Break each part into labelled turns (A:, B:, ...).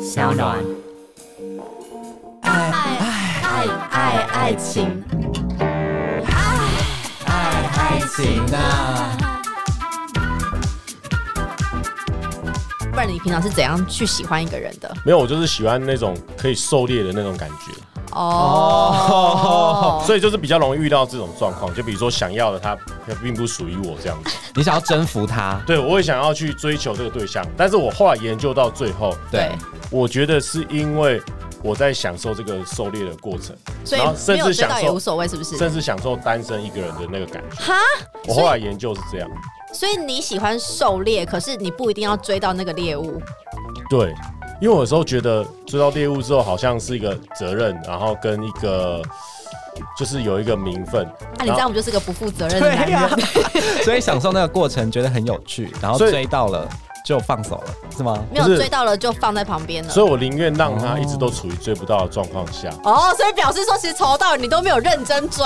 A: 小暖。
B: 爱爱爱爱爱情，
A: 爱爱情啊！
B: 不然你平常是怎样去喜欢一个人的？
C: 没有，我就是喜欢那种可以狩猎的那种感觉，
B: 哦，
C: 所以就是比较容易遇到这种状况。就比如说想要的他，他并不属于我这样子。
A: 你想要征服他，
C: 对，我也想要去追求这个对象，但是我后来研究到最后，
A: 对，
C: 我觉得是因为我在享受这个狩猎的过程，
B: 所
C: 然后
B: 以
C: 甚
B: 没有
C: 至
B: 追
C: 享
B: 到也无
C: 受，
B: 所谓，是不是？
C: 甚至享受单身一个人的那个感觉。
B: 哈，
C: 我后来研究是这样，
B: 所以你喜欢狩猎，可是你不一定要追到那个猎物。
C: 对，因为我有时候觉得追到猎物之后，好像是一个责任，然后跟一个就是有一个名分。
B: 啊那、你
C: 然
B: 这
C: 后
B: 样不就是个不负责任的男人？
A: 所以享受那个过程，觉得很有趣，然后
C: 所以
A: 追到了就放手了，是吗？
B: 没有
C: 不是
B: 追到了就放在旁边了。
C: 所以我宁愿让他一直都处于追不到的状况下。
B: 哦，所以表示说，其实从头到尾你都没有认真追。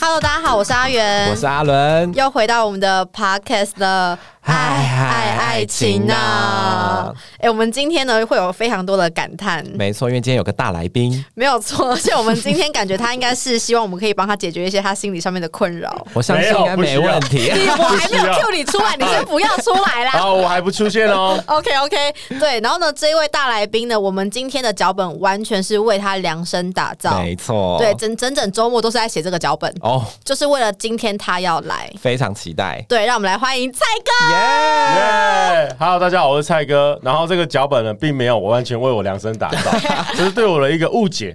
B: Hello，大家好，我是阿元，
A: 我是阿伦，
B: 又回到我们的 podcast 的爱爱爱情啊！哎、我们今天呢会有非常多的感叹，
A: 没错，因为今天有个大来 宾，。
B: 没有错，而且我们今天感觉他应该是希望我们可以帮他解决一些他心理上面的困扰
A: 我相信应该没问题。
B: 你我还没有
C: 不需要
B: Q 你出来，你先不要出来 啦。。
C: 啊，我还不出现哦
B: OK OK，对，然后呢，这一位大来宾呢，我们今天的脚本完全是为他量身打造，
A: 没错，
B: 对，整整整周末都是在写这个脚本，
A: 哦，
B: 就是为了今天他要来。
A: 非常期待，
B: 对，让我们来欢迎蔡哥。
C: 耶、
A: 耶！
C: h e l l o 大家好，我是蔡哥。然后这个脚本呢，并没有我完全为我量身打造，这是对我的一个误解。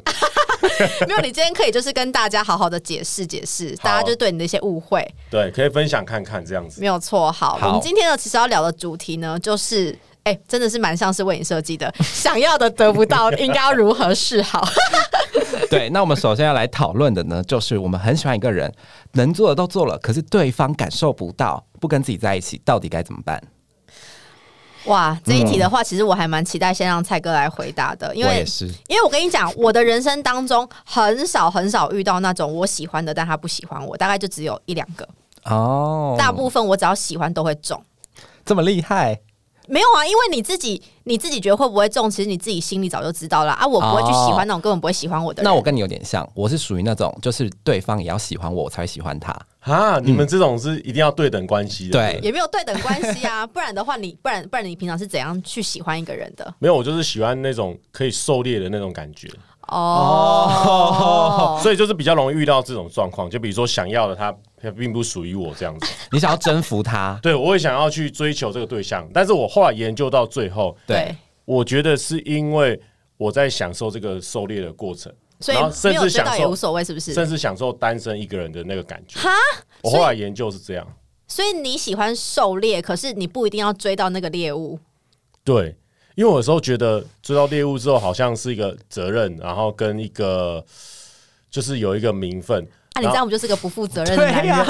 B: 没有，你今天可以就是跟大家好好的解释解释，大家就对你的一些误会，
C: 对，可以分享看看这样子。
B: 没有错。好，
A: 好
B: 我们今天呢，其实要聊的主题呢，就是。哎、真的是蛮像是为你设计的， 想要的得不到，应该要如何是好？
A: 对，那我们首先要来讨论的呢，就是我们很喜欢一个人，能做的都做了，可是对方感受不到，不跟自己在一起，到底该怎么办？
B: 哇，这一题的话，其实我还蛮期待先让蔡哥来回答的，因
A: 嗯我
B: 为
A: 也是，
B: 因为我跟你讲，我的人生当中很少很少遇到那种我喜欢的，但他不喜欢我，大概就只有一两个。
A: 哦，
B: 大部分我只要喜欢都会中。
A: 这么厉害，
B: 没有啊，因为你自己你自己觉得会不会中，其实你自己心里早就知道了啊。我不会去喜
C: 哦
B: 欢那种根本不会喜欢我的人。
A: 那我跟你有点像，我是属于那种就是对方也要喜欢我，我才会喜欢他。
C: 啊，你们这种是一定要对等关系的。
A: 对
B: 也没有对等关系 啊，不然的话你不然不然你平常是怎样去喜欢一个人的？
C: 没有，我就是喜欢那种可以狩猎的那种感觉，
B: 哦，
C: 所以就是比较容易遇到这种状况。就比如说想要的他，他并不属于我这样子。
A: 你想要征服他，
C: 对，我也想要去追求这个对象，但是我后来研究到最后，
A: 对，
C: 我觉得是因为我在享受这个狩猎的过程，
B: 所以
C: 然后甚
B: 没有
C: 至
B: 追
C: 享
B: 到也
C: 受
B: 无，所谓，是不是？
C: 甚至享受单身一个人的那个感觉。
B: 哈，
C: 我后来研究是这样，
B: 所以你喜欢狩猎，可是你不一定要追到那个猎物。
C: 对，因为我有时候觉得追到猎物之后，好像是一个责任，然后跟一个就是有一个名分。
B: 啊，你这样不就是个不负责任 的男人？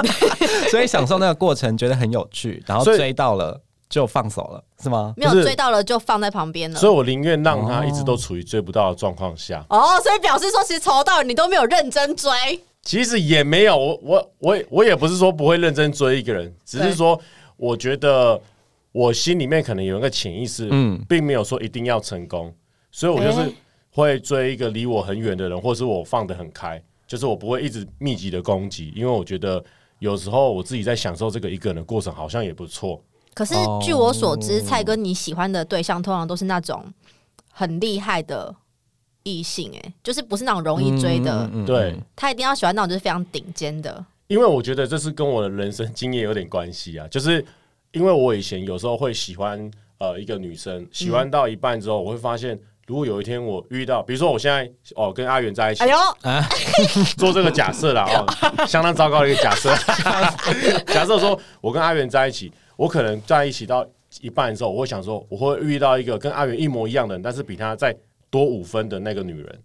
A: 所以享受那个过程，觉得很有趣，然后
C: 所以
A: 追到了就放手了，是吗？
B: 没有
C: 不是
B: 追到了就放在旁边了
C: 所。以我宁愿让他一直都处于追不到的状况下。
B: 哦，所以表示说，其实从头到尾你都没有认真追。
C: 其实也没有，我我我也我也不是说不会认真追一个人，只
B: 对
C: 是说我觉得我心里面可能有一个潜意识，
A: 嗯
C: 并没有说一定要成功，所以我就是
B: 诶
C: 会追一个离我很远的人，或是我放得很开，就是我不会一直密集的攻击，因为我觉得有时候我自己在享受这个一个人的过程，好像也不错。
B: 可是
A: 哦
B: 据我所知，蔡哥你喜欢的对象通常都是那种很厉害的异性，哎，就是不是那种容易追的。
A: 嗯嗯嗯嗯
C: 对，
B: 他一定要喜欢那种就是非常顶尖的。
C: 因为我觉得这是跟我的人生经验有点关系啊，就是因为我以前有时候会喜欢呃一个女生，喜欢到一半之后，我会发现，如果有一天我遇到，比如说我现在哦跟阿元在一起
B: 哎，呦，
C: 做这个假设 啦，哦，相当糟糕的一个假设， 假设说我跟阿元在一起，我可能在一起到一半的时候，我会想说，我会遇到一个跟阿元一模一样的人，但是比他再多五分的那个女人。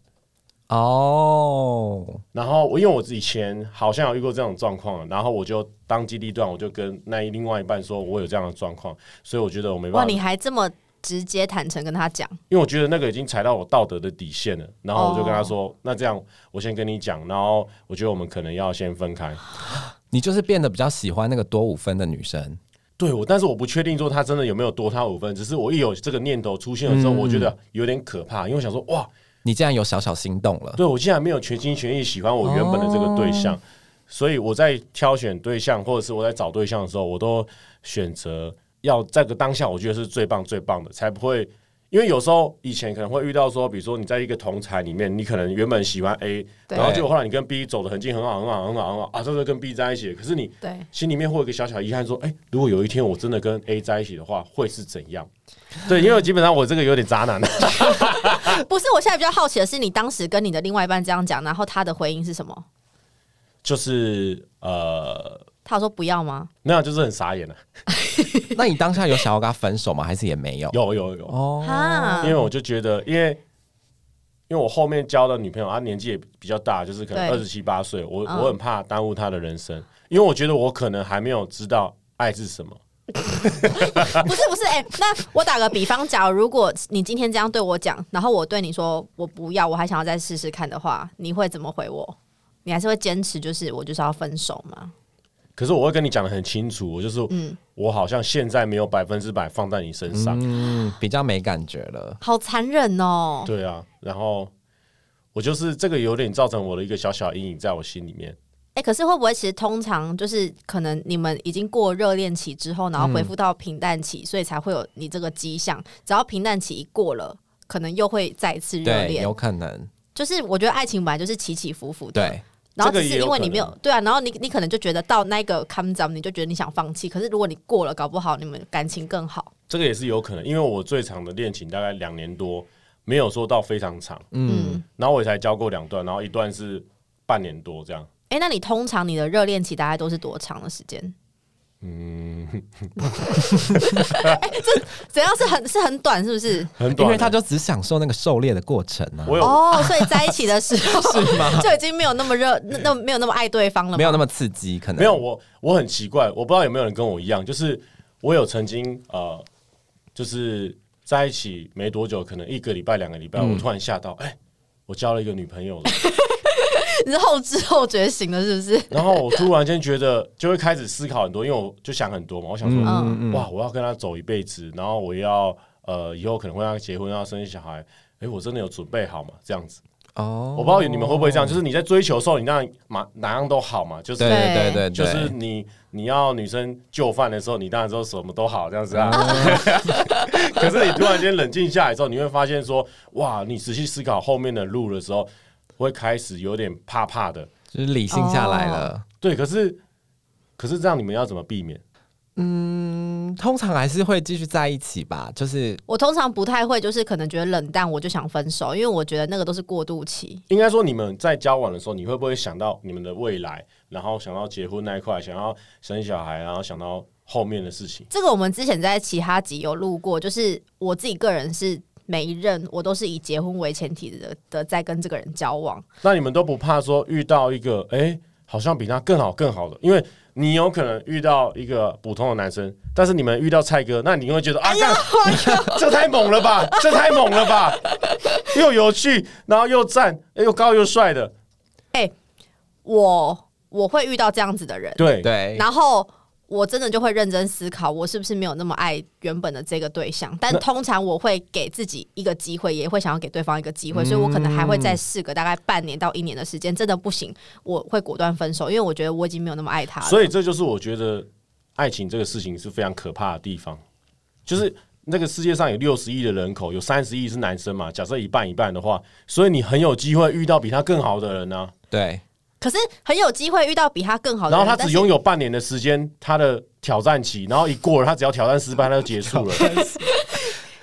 A: 哦，
C: 然后我因为我以前好像有遇过这种状况，然后我就当机立断，我就跟那另外一半说我有这样的状况，所以我觉得我没
B: 哇，
C: 办法，
B: 你还这么直接坦诚跟他讲，
C: 因为我觉得那个已经踩到我道德的底线了。然后我就跟他说，那这样我先跟你讲，然后我觉得我们可能要先分开。
A: 你就是变得比较喜欢那个多五分的女生，
C: 对我，但是我不确定说他真的有没有多他五分，只是我一有这个念头出现的时候，
A: 嗯
C: 我觉得有点可怕，因为我想说，哇，
A: 你竟然有小小心动了，
C: 对我竟然没有全心全意喜欢我原本的这个对
A: 哦
C: 象，所以我在挑选对象或者是我在找对象的时候，我都选择要在这个当下，我觉得是最棒最棒的，才不会。因为有时候以前可能会遇到说，比如说你在一个同才里面，你可能原本喜欢 A，
B: 对
C: 然后结果后来你跟 B 走的很近，很好，很好，很好，很好啊，这就跟 B 在一起了。可是你
B: 对，
C: 心里面会有一个小小遗憾，说，哎、如果有一天我真的跟 A 在一起的话，会是怎样？对，因为基本上我这个有点渣男，
B: 不是，我现在比较好奇的是，你当时跟你的另外一半这样讲，然后他的回应是什么？
C: 就是呃，
B: 他有说不要吗？
C: 那样就是很傻眼了、啊
A: 那你当下有想要跟他分手吗？还是也没 有？
C: 有有有，
A: 哦，
B: 啊
C: 因为我就觉得，因为因为我后面交的女朋友，她啊年纪也比较大，就是可能二
B: 对
C: 十七八岁，我
B: 嗯
C: 我很怕耽误她的人生，因为我觉得我可能还没有知道爱是什么。
B: 不是不是，哎、那我打个比方，假如如果你今天这样对我讲，然后我对你说我不要，我还想要再试试看的话，你会怎么回我？你还是会坚持，就是我就是要分手吗？
C: 可是我会跟你讲的很清楚，我就是、
B: 嗯
C: 我好像现在没有百分之百放在你身上，
A: 嗯，比较没感觉了。
B: 好残忍哦！
C: 对啊，然后我就是这个有点造成我的一个小小阴影在我心里面。
B: 哎、可是会不会其实通常就是可能你们已经过热恋期之后，然后恢复到平淡期，所以才会有你这个迹象。只要平淡期一过了，可能又会再次热
A: 对，
B: 恋
A: 有。可能，
B: 就是我觉得爱情本来就是起起伏伏的，
A: 对，
B: 然后
C: 这个
B: 只是
C: 也有
B: 因为你
C: 可
B: 没有
C: 能
B: 对啊，然后你你可能就觉得到那个 come down，你就觉得你想放弃。可是如果你过了，搞不好你们感情更好。
C: 这个也是有可能，因为我最长的恋情大概两年多，没有说到非常长，
B: 嗯，
C: 然后我也才交过两段，然后一段是半年多这样。
B: 哎、那你通常你的热恋期大概都是多长的时间？ 嗯，怎样是很是很短，是不是？
C: 很
A: 因
C: 短，
A: 为他就只享受那个狩猎的过程啊，
C: 我有、
B: 哦，所以在一起的时 候就已经没有那么热，那那没有那么爱对方了。
A: 没有那，么刺激，可能
C: 没有我我很奇怪，我不知道有没有人跟我一样，就是我有曾经呃，就是在一起没多久，可能一个礼拜、两个礼拜，
A: 嗯
C: 我突然吓到，哎、我交了一个女朋友了，
B: 你是后知后觉醒了，是不是？
C: 然后我突然间觉得就会开始思考很多，因为我就想很多嘛，我想说，
A: 嗯嗯嗯
C: 哇，我要跟她走一辈子，然后我要呃以后可能会让她结婚，要生小孩，哎、我真的有准备好吗？这样子。
A: 哦，
C: 我不知道你们会不会这样，就是你在追求的时候，你当然哪哪样都好嘛，就是
A: 对对对对，
C: 就是你你要女生就范的时候，你当然说什么都好这样子啊。
A: 嗯
C: 可是你突然间冷静下来之后，你会发现说，哇，你仔细思考后面的路的时候，会开始有点怕怕的。
A: 就是理性下来了。
C: 对，可是可是这样你们要怎么避免？
A: 嗯，通常还是会继续在一起吧，就是
B: 我通常不太会，就是可能觉得冷淡，我就想分手，因为我觉得那个都是过渡期。
C: 应该说你们在交往的时候，你会不会想到你们的未来，然后想到结婚那一块，想要生小孩，然后想到后面的事情？
B: 这个我们之前在其他集有录过，就是我自己个人是每一任我都是以结婚为前提的的在跟这个人交往。
C: 那你们都不怕说遇到一个哎、诶好像比他更好更好的，因为你有可能遇到一个普通的男生，但是你们遇到蔡哥，那你会觉得啊，这样这太猛了吧，这太猛了吧， 又有趣，然后又赞，哎又高又帅的，
B: 我我会遇到这样子的人，
C: 对，
A: 对，
B: 然后我真的就会认真思考，我是不是没有那么爱原本的这个对象？但
C: 那
B: 通常我会给自己一个机会，也会想要给对方一个机会，
C: 嗯
B: 所以我可能还会再试个大概半年到一年的时间。真的不行，我会果断分手，因为我觉得我已经没有那么爱他了。
C: 所以这就是我觉得爱情这个事情是非常可怕的地方，就是那个世界上有六十亿的人口，有三十亿是男生嘛，假设一半一半的话，所以你很有机会遇到比他更好的人呢、
A: 对，
B: 可是很有机会遇到比他更好的
C: 然
B: 人，
C: 后他
B: 但
C: 只
B: 是
C: 拥有半年的时间，他的挑战期，然后一过了，他只要挑战失败，他就结束了。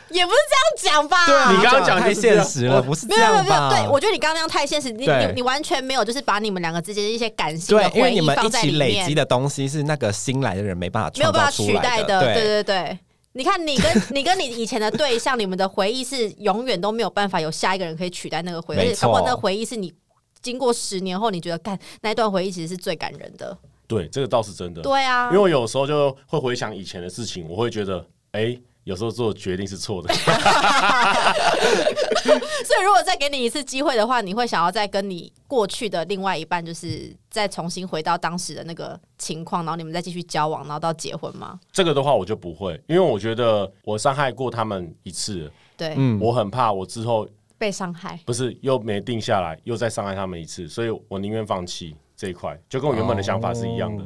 B: 也不是这样讲吧？
C: 啊你刚刚讲
A: 太
C: 就是这
A: 现
C: 样
A: 实了，不是
B: 没
A: 这
B: 有没
A: 样
B: 有没有，
A: 吧？
B: 对我觉得你刚刚那样太现实，你
A: 对
B: 你你完全没有就是把你们两个之间一些感性的
A: 对，因
B: 回
A: 为你
B: 忆
A: 们一
B: 放在
A: 起
B: 里
A: 累
B: 面
A: 积，的东西是那个新来的人没办法
B: 没有
A: 创
B: 办
A: 造
B: 法
A: 出
B: 取代
A: 来
B: 的。对
A: 对，
B: 对对，你看你跟 你跟你以前的对象，你们的回忆是永远都没有办法有下一个人可以取代那个回忆，而
A: 没
B: 且包括
A: 错
B: 那个回忆是你经过十年后，你觉得干那一段回忆其实是最感人的。
C: 对，这个倒是真的。
B: 对啊
C: 因为，我有时候就会回想以前的事情，我会觉得，哎、有时候做决定是错的。
B: 所以如果再给你一次机会的话，你会想要再跟你过去的另外一半，就是再重新回到当时的那个情况，然后你们再继续交往，然后到结婚吗？
C: 这个的话我就不会，因为我觉得我伤害过他们一次了，
B: 对，
A: 嗯
C: 我很怕我之后
B: 被伤害。
C: 不是又没定下来，又再伤害他们一次，所以我宁愿放弃这一块，就跟我原本的想法是一样的。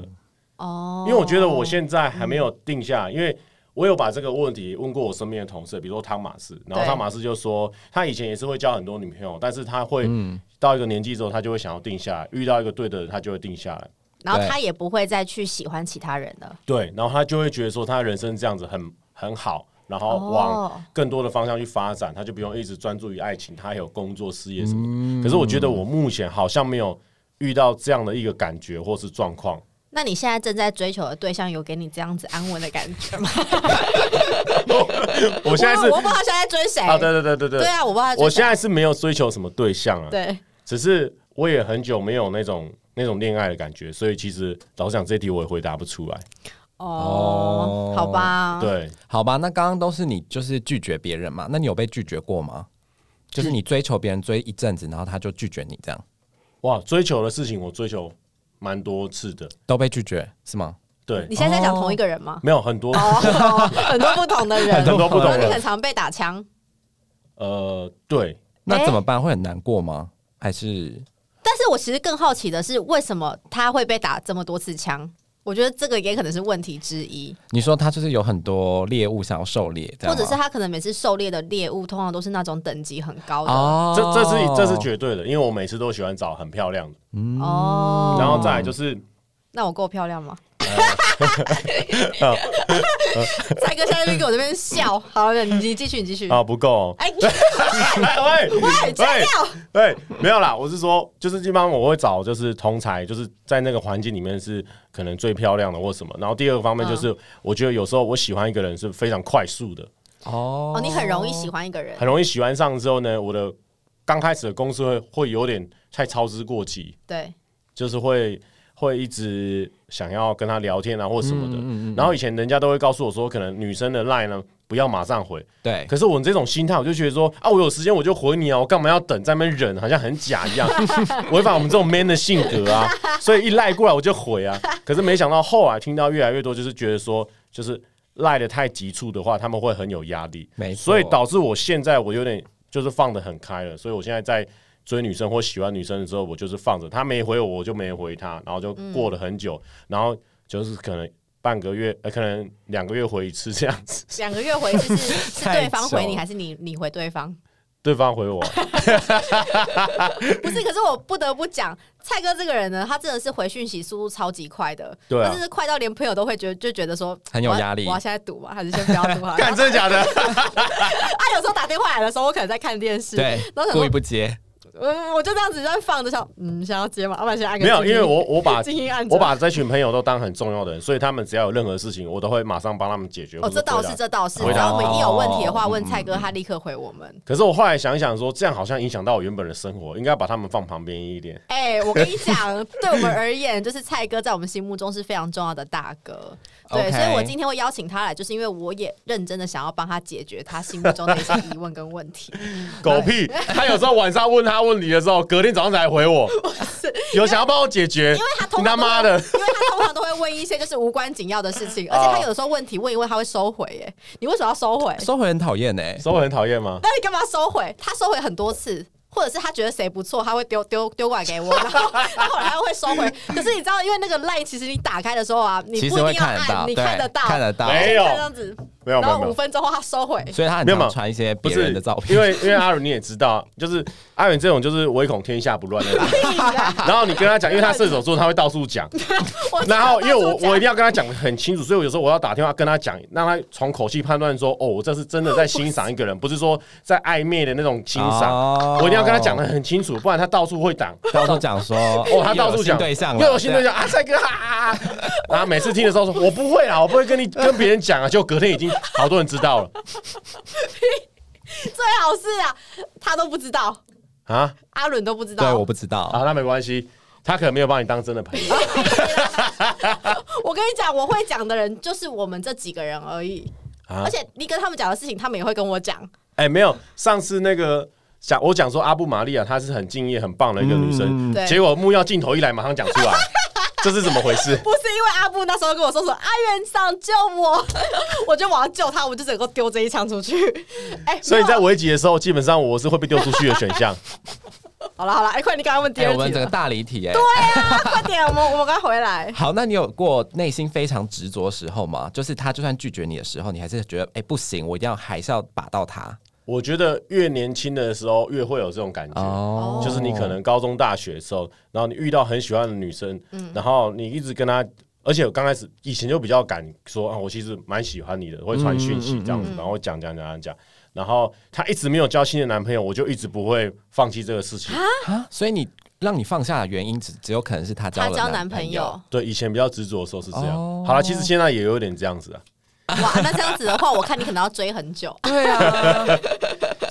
B: 哦，
C: 因为我觉得我现在还没有定下来，因为我有把这个问题问过我身边的同事，比如说汤马斯，然后汤马斯就说他以前也是会交很多女朋友，但是他会到一个年纪之后，他就会想要定下来，遇到一个对的人，他就会定下来。
B: 然后
A: 对
B: 他也不会再去喜欢其他人了。
C: 对，然后他就会觉得说他人生这样子很很好，然后
B: 哦
C: 往更多的方向去发展，他就不用一直专注于爱情，他还有工作事业什么的。
B: 嗯
C: 可是我觉得我目前好像没有遇到这样的一个感觉或是状况。
B: 那你现在正在追求的对象有给你这样子安稳的感觉吗？
C: 我现在 是
B: 我我不知道他现在在追谁。
C: 啊，对对对对对，
B: 对啊，我不知道他在追
C: 我
B: 谁
C: 现在是没有追求什么对象啊，
B: 对
C: 只是我也很久没有那种那种恋爱的感觉，所以其实老实讲，这题我也回答不出来。
B: 哦，好吧，
C: 对，
A: 好吧，那刚刚都是你就是拒绝别人嘛？那你有被拒绝过吗？就是你追求别人追一阵子，然后他就拒绝你，这样
C: 哇，追求的事情我追求蛮多次的，
A: 都被拒绝是吗？
C: 对
B: 你，现在在讲同一个人吗？
C: 没有很多，
B: 哦， 很多不同的人，
C: 很多不同
B: 然后你
C: 人
B: 很常被打枪，
C: 呃，对，
A: 那
B: 诶
A: 怎么办？会很难过吗？还是
B: 但是我其实更好奇的是，为什么他会被打这么多次枪？我觉得这个也可能是问题之一，
A: 你说他就是有很多猎物想要狩猎，这
B: 或
A: 样
B: 者
A: 吗
B: 是他可能每次狩猎的猎物通常都是那种等级很高的
A: 哦，
C: 这这是这是绝对的，因为我每次都喜欢找很漂亮的，
B: 哦。
C: 然后再来就是
B: 那我够漂亮 吗？ 蔡哥现在就给我这边笑，好了，你继续，你继续。
C: 啊不够 哦，
B: 哎，
C: 喂
B: 喂，这样
C: 对，没有啦，我是说，就是一般我会找就是同才，就是在那个环境里面是可能最漂亮的或什么。然后第二个方面就是，我觉得有时候我喜欢一个人是非常快速的，
A: 哦
B: 哦，你很容易喜欢一个人
C: 很，容易喜欢上之后呢，我的刚开始的公司会会有点太操之过急，
B: 对，
C: 就是会会一直想要跟他聊天啊或什么的。然后以前人家都会告诉我说，可能女生的 line 呢不要马上回，
A: 对，
C: 可是我这种心态，我就觉得说啊，我有时间我就回你啊，我干嘛要等在那边忍，好像很假一样，违反我们这种 man 的性格啊。所以一赖过来我就回啊。可是没想到后来听到越来越多，就是觉得说，就是赖的太急促的话，他们会很有压力。
A: 没错
C: 所以导致我现在我有点就是放得很开了，所以我现在在。追女生或喜欢女生的时候，我就是放着，她没回我，我就没回她，然后就过了很久，
A: 嗯
C: 然后就是可能半个月，呃，可能两个月回一次这样子。
B: 两个月回一次是是
A: 太
B: 对方回
A: 久
B: 你，还是你你回对 方？
C: 对方回 我，
B: 不是，可是我不得不讲，蔡哥这个人呢，他真的是回讯息速度超级快的，
C: 对啊
B: 他真是快到连朋友都会觉得就觉得说
A: 很有
B: 我要
A: 压力
B: 我要现在赌吗？还是先不要赌好了？
C: 干真的假的？
B: 他有时候打电话来的时候，我可能在看电视，
A: 对
B: 然后想
A: 故意
B: 说，
A: 不接，
B: 嗯，我就这样子在放着，想嗯，想要接嘛，要不然先按个
C: 没有，
B: 静音
C: 因为我我把
B: 静音按着
C: 我把这群朋友都当很重要的人，所以他们只要有任何事情，我都会马上帮他们解决。
B: 哦，
C: 或者
B: 这倒
C: 回
B: 是
C: 答。
B: 这倒是，
C: 回
B: 只
C: 答
B: 要我们一有问题的话，
A: 哦
B: 问蔡哥，他立刻回我们。
C: 可是我后来想一想说，这样好像影响到我原本的生活，应该把他们放旁边一点。
B: 哎、我跟你 讲，对我们而言，就是蔡哥在我们心目中是非常重要的大哥。对
A: OK
B: 所以我今天会邀请他来，就是因为我也认真的想要帮他解决他心目中的一些疑问跟问题。
C: 狗 屁！他有时候晚上问他问题的时候，隔天早上才回我，有想要帮我解决，
B: 他通
C: 你他
B: 常都会
C: 妈的！
B: 因为他通常都会问一些就是无关紧要的事情，而且他有的时候问题问一问他会收回、耶，你为什么要收回？
A: 收回很讨厌哎，
C: 所以我很讨厌吗？
B: 那你干嘛收回？他收回很多次。或者是他觉得谁不错，他会丢丢丢过来给我，然后 他后来他会收回。可是你知道，因为那个 line 其实你打开的时候啊，你
A: 其
B: 不
A: 实
B: 一
A: 会
B: 定要
A: 看得
B: 按，
A: 到，
B: 你
A: 对，
B: 看得到，
A: 看得到，
C: 没有
B: 这样子，
C: 没有没
B: 然
C: 有
B: 后
C: 没
B: 五
C: 有，
B: 分钟后他收回，
A: 所以他很
C: 没有嘛
A: 常传一些
C: 不
A: 别
C: 是
A: 人的照片，
C: 因为因为阿伦你也知道，就是阿伦这种就是唯恐天下不乱的人。然后你跟他讲，因为他射手座，他会到 处讲。
B: 我
C: 然后，因为我我一定
B: 要
C: 要跟他讲得很清楚，所以我有时候我要打电话跟他讲，让他从口气判断说，哦，我这是真的在欣赏一个人，不是说在暧昧的那种欣赏。
A: 哦
C: 我一定要跟他讲得很清楚，不然他到处会挡。
A: 到处讲说，
C: 哦
A: 哦，
C: 他到处讲
A: 对象了，
C: 又有新对象啊，帅哥啊！啊然后每次听的时候说，我不会啊，我不会跟你跟别人讲啊，就隔天已经好多人知道了
B: 最好是啊，他都不知道，
C: 啊。
B: 阿伦都不知
A: 对，
B: 道。
A: 我不知道，
C: 好，那没关系，他可能没有把你当真的朋友。
B: 我跟你讲，我会讲的人就是我们这几个人而已。
C: 啊
B: 而且你跟他们讲的事情，他们也会跟我讲。
C: 哎、没有，上次那个讲我讲说阿布玛利亚她是很敬业、很棒的一个女生，
A: 嗯
B: 对
C: 结果木曜镜头一来，马上讲 出来，这是怎么回事？
B: 不是因为阿布那时候跟我说什么阿元上救我， 我就我要救他，我就整个丢这一枪出去。哎、
C: 所以
B: 没有
C: 在危急的时候，基本上我是会被丢出去的选项。
B: 好了好了，哎、快你刚刚问第
A: 哎、
B: 二
A: 我们
B: 题
A: 整个
B: 了，
A: 大离题哎、
B: 快点，我们我们刚回来。
A: 好，那你有过内心非常执着的时候吗？就是他就算拒绝你的时候，你还是觉得哎、不行，我一定要还是要把到他。
C: 我觉得越年轻的时候越会有这种感觉。
A: 哦
C: 就是你可能高中、大学的时候，然后你遇到很喜欢的女生，然后你一直跟她，而且我刚开始以前就比较敢说啊，我其实蛮喜欢你的，会传讯息这样子，然后讲讲讲讲讲，然后她一直没有交新的男朋友，我就一直不会放弃这个事情。
A: 啊，所以你让你放下的原因只只有可能是他交
B: 她
A: 了
B: 交男
A: 男
B: 朋
A: 朋
B: 友，
C: 对，以前比较执着的时候是这样。
A: 哦
C: 好了，其实现在也有点这样子啊。
B: 哇，那这样子的话，我看你可能要追很久。
A: 对啊，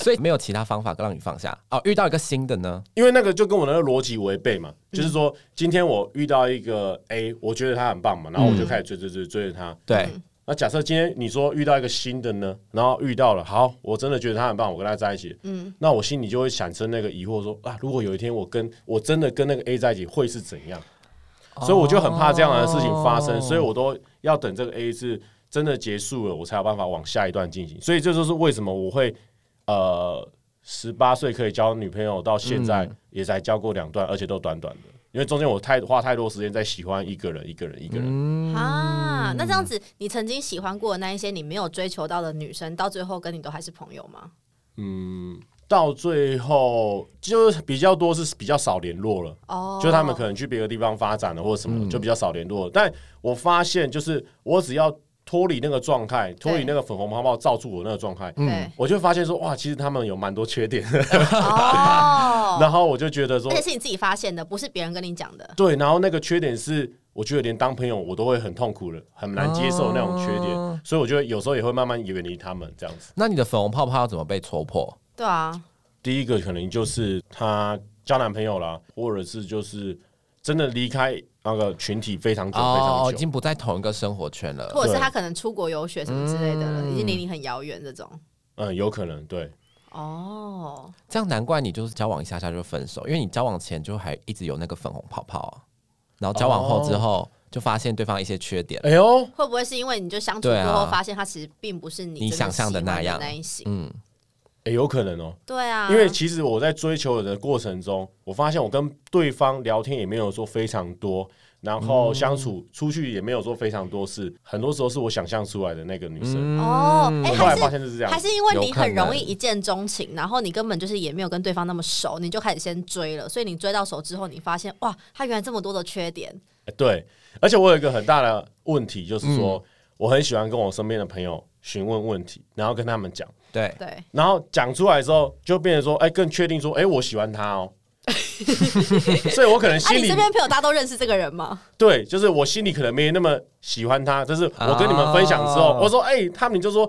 A: 所以没有其他方法让你放下哦。遇到一个新的呢，
C: 因为那个就跟我那个逻辑违背嘛，就是说，今天我遇到一个 A，我觉得他很棒嘛，然后我就开始追追追追着他，
A: 对，
B: 嗯
C: 那假设今天你说遇到一个新的呢，然后遇到了，好，我真的觉得他很棒，我跟他在一起，嗯，那我心里就会产生那个疑惑说啊，如果有一天我跟我真的跟那个 A 在一起，会是怎样？所以我就很怕这样的事情发生，
A: 哦
C: 所以我都要等这个 A 是真的结束了，我才有办法往下一段进行。所以这就是为什么我会呃，十八岁可以交女朋友，到现在也才交过两段，而且都短短的，因为中间我太花太多时间在喜欢一个人、一个人、一个人。
B: 啊，那这样子，你曾经喜欢过的那一些你没有追求到的女生，到最后跟你都还是朋友吗？
C: 到最后就是比较多是比较少联络了，
B: 哦，嗯
C: 就他们可能去别的地方发展了或者什么，就比较少联络了。但我发现，就是我只要脱离那个状态，脱离那个粉红泡泡罩住我那个状态，
B: 对
C: 我就发现说，哇，其实他们有蛮多缺点，
B: 哦，
C: 然后我就觉得说
B: 而，且是你自己发现的，不是别人跟你讲的。
C: 对，然后那个缺点是。我觉得连当朋友我都会很痛苦了，很难接受那种缺点，
A: 哦
C: 所以我觉得有时候也会慢慢远离他们这样子。
A: 那你的粉红泡泡要怎么被戳破？
B: 对啊，
C: 第一个可能就是她交男朋友啦，或者是就是真的离开那个群体非常久、
A: 哦，
C: 非
A: 已
C: 常久。
A: 经不在同一个生活圈了。
B: 或者是他可能出国游学什么之类的了，已经离你很遥远这种。
C: 嗯，有可能对，
B: 哦，
A: 这样难怪你就是交往一下下就分手，因为你交往前就还一直有那个粉红泡泡啊，然后交往后之
C: 哦
A: 后就发现对方一些缺点。
C: 哎呦，
B: 会不会是因为你就相处
A: 对啊
B: 过后发现他其实并不是你
A: 你
B: 真的
A: 想象的
B: 喜欢
A: 那
B: 那
A: 样
B: 一型？
A: 嗯，
C: 哎，有可能哦、
B: 对啊，
C: 因为其实我在追求的过程中，我发现我跟对方聊天也没有说非常多，然后相处出去也没有说非常多事，很多时候是我想象出来的那个女生。
A: 嗯
B: 哦，哎、
C: 我后来
B: 还是。
C: 发现是这样
B: 还，是因为你
A: 有可能
B: 很容易一见钟情，然后你根本就是也没有跟对方那么熟，你就开始先追了，所以你追到手之后，你发现哇，他原来这么多的缺点，
C: 哎对，而且我有一个很大的问题，就是说、我很喜欢跟我身边的朋友询问问题，然后跟他们讲。
A: 对，
B: 对，
C: 然后讲出来之后，就变成说，哎、更确定说，哎、我喜欢他 哦。所以我可能
B: 啊，
C: 心
B: 你
C: 里、
B: 身边朋友大家都认识这个人吗？
C: 对，就是我心里可能没那么喜欢他，但是我跟你们分享之后，
A: 哦
C: 我说，哎、他们就说，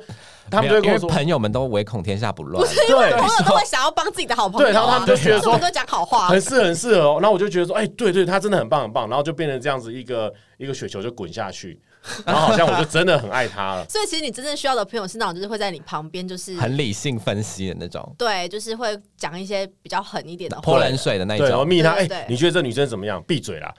C: 他
A: 没
C: 们就
A: 有
C: 会跟我
A: 因为
C: 说，
A: 朋友们都唯恐天下不乱。
C: 对，
B: 朋友都会想要帮自己的好朋友、啊，
C: 对然后他们就觉得说
B: 所以我们都讲好话。
C: 很，适合，很适合、哦。然后我就觉得说，哎、对对，他真的很棒，很棒。然后就变成这样子一个一个雪球就滚下去，然后好像我就真的很爱他了
B: 所以其实你真正需要的朋友是那种就是会在你旁边，就是
A: 很理性分析的那种，
B: 对，就是会讲一些比较狠一点的
A: 泼
B: 话。
A: 冷水的那一
C: 对，然后
A: 种。
C: 密他，哎、
B: 对对对
C: 你觉得这女生怎么样？闭嘴啦！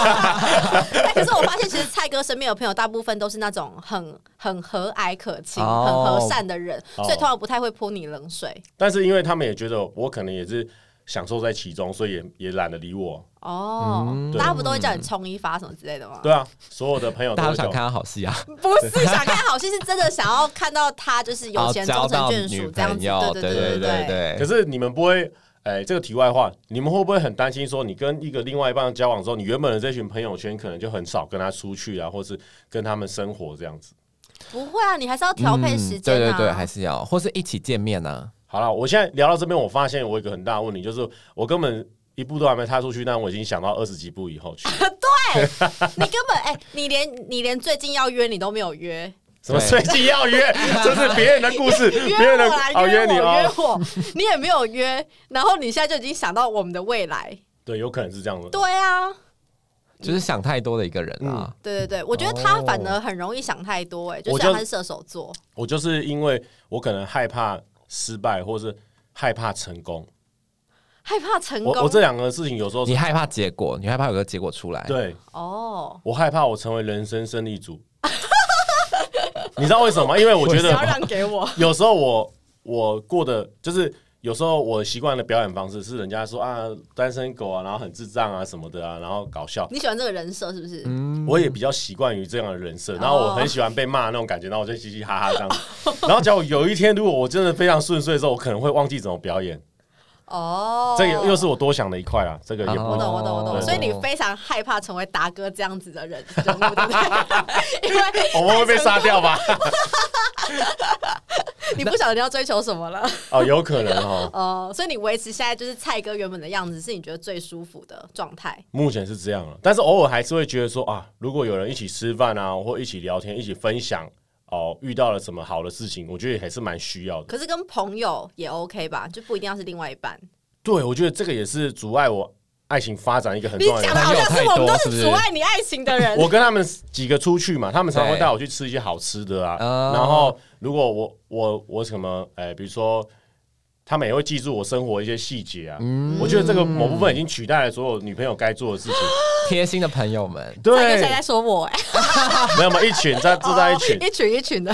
B: 但哎可是我发现，其实蔡哥身边的朋友大部分都是那种很很和蔼可亲、
A: 哦
B: 很和善的人，
C: 哦
B: 所以通常不太会泼你冷水。
C: 但是因为他们也觉得我可能也是享受在其中，所以也也懒得理我。
B: 哦，
A: 嗯
B: 大家不都会叫你冲一发什么之类的吗？
C: 对啊，所有的朋友都
A: 大家
C: 会
A: 都想
C: 叫我
A: 看他好戏啊！
B: 不是想看好戏，是真的想要看到他就是有
A: 哦
B: 钱
A: 交
B: 终成
A: 到
B: 眷
A: 女
B: 属这样
A: 朋
B: 子。
A: 友，
B: 对
A: 对
B: 对
A: 对
B: 对。
A: 对
C: 可。是你们不会，哎、这个题外话，你们会不会很担心说，你跟一个另外一半交往之后，你原本的这群朋友圈可能就很少跟他出去啊，或是跟他们生活这样子？
B: 不会啊，你还是要调配时间啊。
A: 嗯对对对，还是要，或是一起见面啊呢、
C: 好了，我现在聊到这边，我发现我有一个很大的问题，就是我根本一步都还没踏出去，但我已经想到二十几步以 后去，
B: 你根本哎、你连你连最近要约你都没有约，
C: 什么最近要约， 这是别人的故事，别
B: 约
C: 人的
B: 我来
C: 哦
B: 约
C: 你
B: 我约
C: 哦，
B: 我，你也没有约，然后你现在就已经想到我们的未来，
C: 对，有可能是这样的。
B: 对啊，
A: 就是想太多的一个人
C: 嗯
A: 啊。
B: 对对对，我觉得他
A: 哦
B: 反而很容易想太多、哎，就
C: 我
B: 虽然他
C: 就
B: 是射手座，
C: 我就是因为我可能害怕失败，或是害怕成功。
B: 害怕成
C: 我我这
B: 功。
C: 两个事情有时候是
A: 你害怕结果，你害怕有个结果出来。，
C: 对
B: 哦，
C: 我害怕我成为人生胜利组。 你知道为什么吗？因为我觉
B: 不
C: 得
B: 要让给我，
C: 有时候我我过的就是有时候我习惯的表演方式是人家说啊单身狗啊，然后很智障啊什么的啊，然后搞笑。
B: 你喜欢这个人设是不是？
A: 嗯
C: 我也比较习惯于这样的人设，然后我很喜欢被骂那种感觉，然后我就嘻嘻哈哈这样子。然后假如有一天如果我真的非常顺遂的时候，我可能会忘记怎么表演。
B: 哦，
C: 这个又是我多想的一块啊，这个也不
B: 我懂，我懂，我懂。
A: 哦
B: 所以你非常害怕成为达哥这样子的人，人物对不对？ 因为
C: 我们会被杀掉吧？
B: 你不晓得你要追求什么了。
C: 哦，有可能哦，
B: 哦，所以你维持现在就是蔡哥原本的样子，是你觉得最舒服的状态。
C: 目前是这样了，但是偶尔还是会觉得说啊，如果有人一起吃饭啊，或一起聊天，一起分享哦，遇到了什么好的事情，我觉得还是蛮需要的。
B: 可是跟朋友也 OK 吧，就不一定要是另外一半。
C: 对，我觉得这个也是阻碍我爱情发展一个很
B: 你
C: 重要
B: 讲的
C: 的。
B: 好像是我
A: 朋友太
B: 们都
A: 多是不
B: 是
A: 是
B: 阻碍你爱情的人。
C: 我跟他们几个出去嘛，他们常常会
A: 对
C: 带我去吃一些好吃的啊。
A: 哦
C: 然后如果我我我什么，哎、比如说，他们也会记住我生活的一些细节啊。我觉得这个某部分已经取代了所有女朋友该做的事 情。
A: 贴心的朋友们，
B: 蔡哥
C: 对
B: 现，在在说我、哎，
C: 没有嘛，一群
B: 哦
C: 在住在一群，
B: 一群一群的，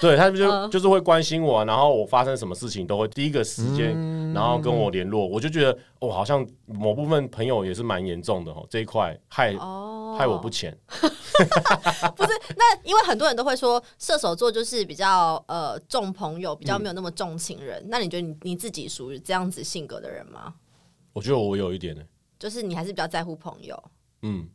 C: 对他们就
B: 嗯
C: 就是会关心我啊、然后我发生什么事情都会第一个时间，然后跟我联络。我就觉得，哦，好像某部分朋友也是蛮严重的哦，这一块害
B: 哦
C: 害我不浅。
B: 那因为很多人都会说射手座就是比较呃重朋友，比较没有那么重情人。那你觉得你你自己属于这样子性格的人吗？
C: 我觉得我有一点呢，
B: 就是你还是比较在乎朋友？
C: 嗯，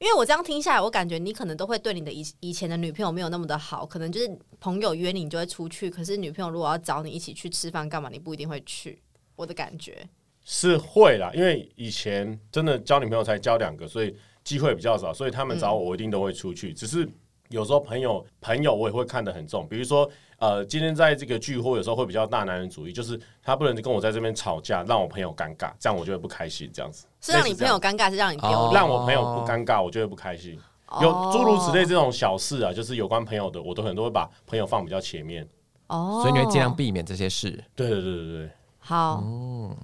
B: 因为我这样听下来，我感觉你可能都会对你的以以前的女朋友没有那么的好，可能就是朋友约你，你就会出去。可是女朋友如果要找你一起去吃饭干嘛，你不一定会去。我的感觉，
C: 是会啦，因为以前真的交女朋友才交两个，所以机会比较少，所以他们
B: 嗯
C: 找我，我一定都会出去。只是有时候朋友朋友我也会看得很重，比如说呃，今天在这个聚会有时候会比较大男人主义，就是他不能跟我在这边吵架，让我朋友尴尬，这样我就会不开心，这样子
B: 是让你朋友尴尬，是让你丢
A: 哦
B: 脸。
C: 让我朋友不尴尬，我就会不开心。有
B: 哦
C: 诸如此类这种小事啊，就是有关朋友的，我都很多会把朋友放比较前面。
B: 哦，
A: 所以你会尽量避免这些事。
C: 对对对对对，
B: 好。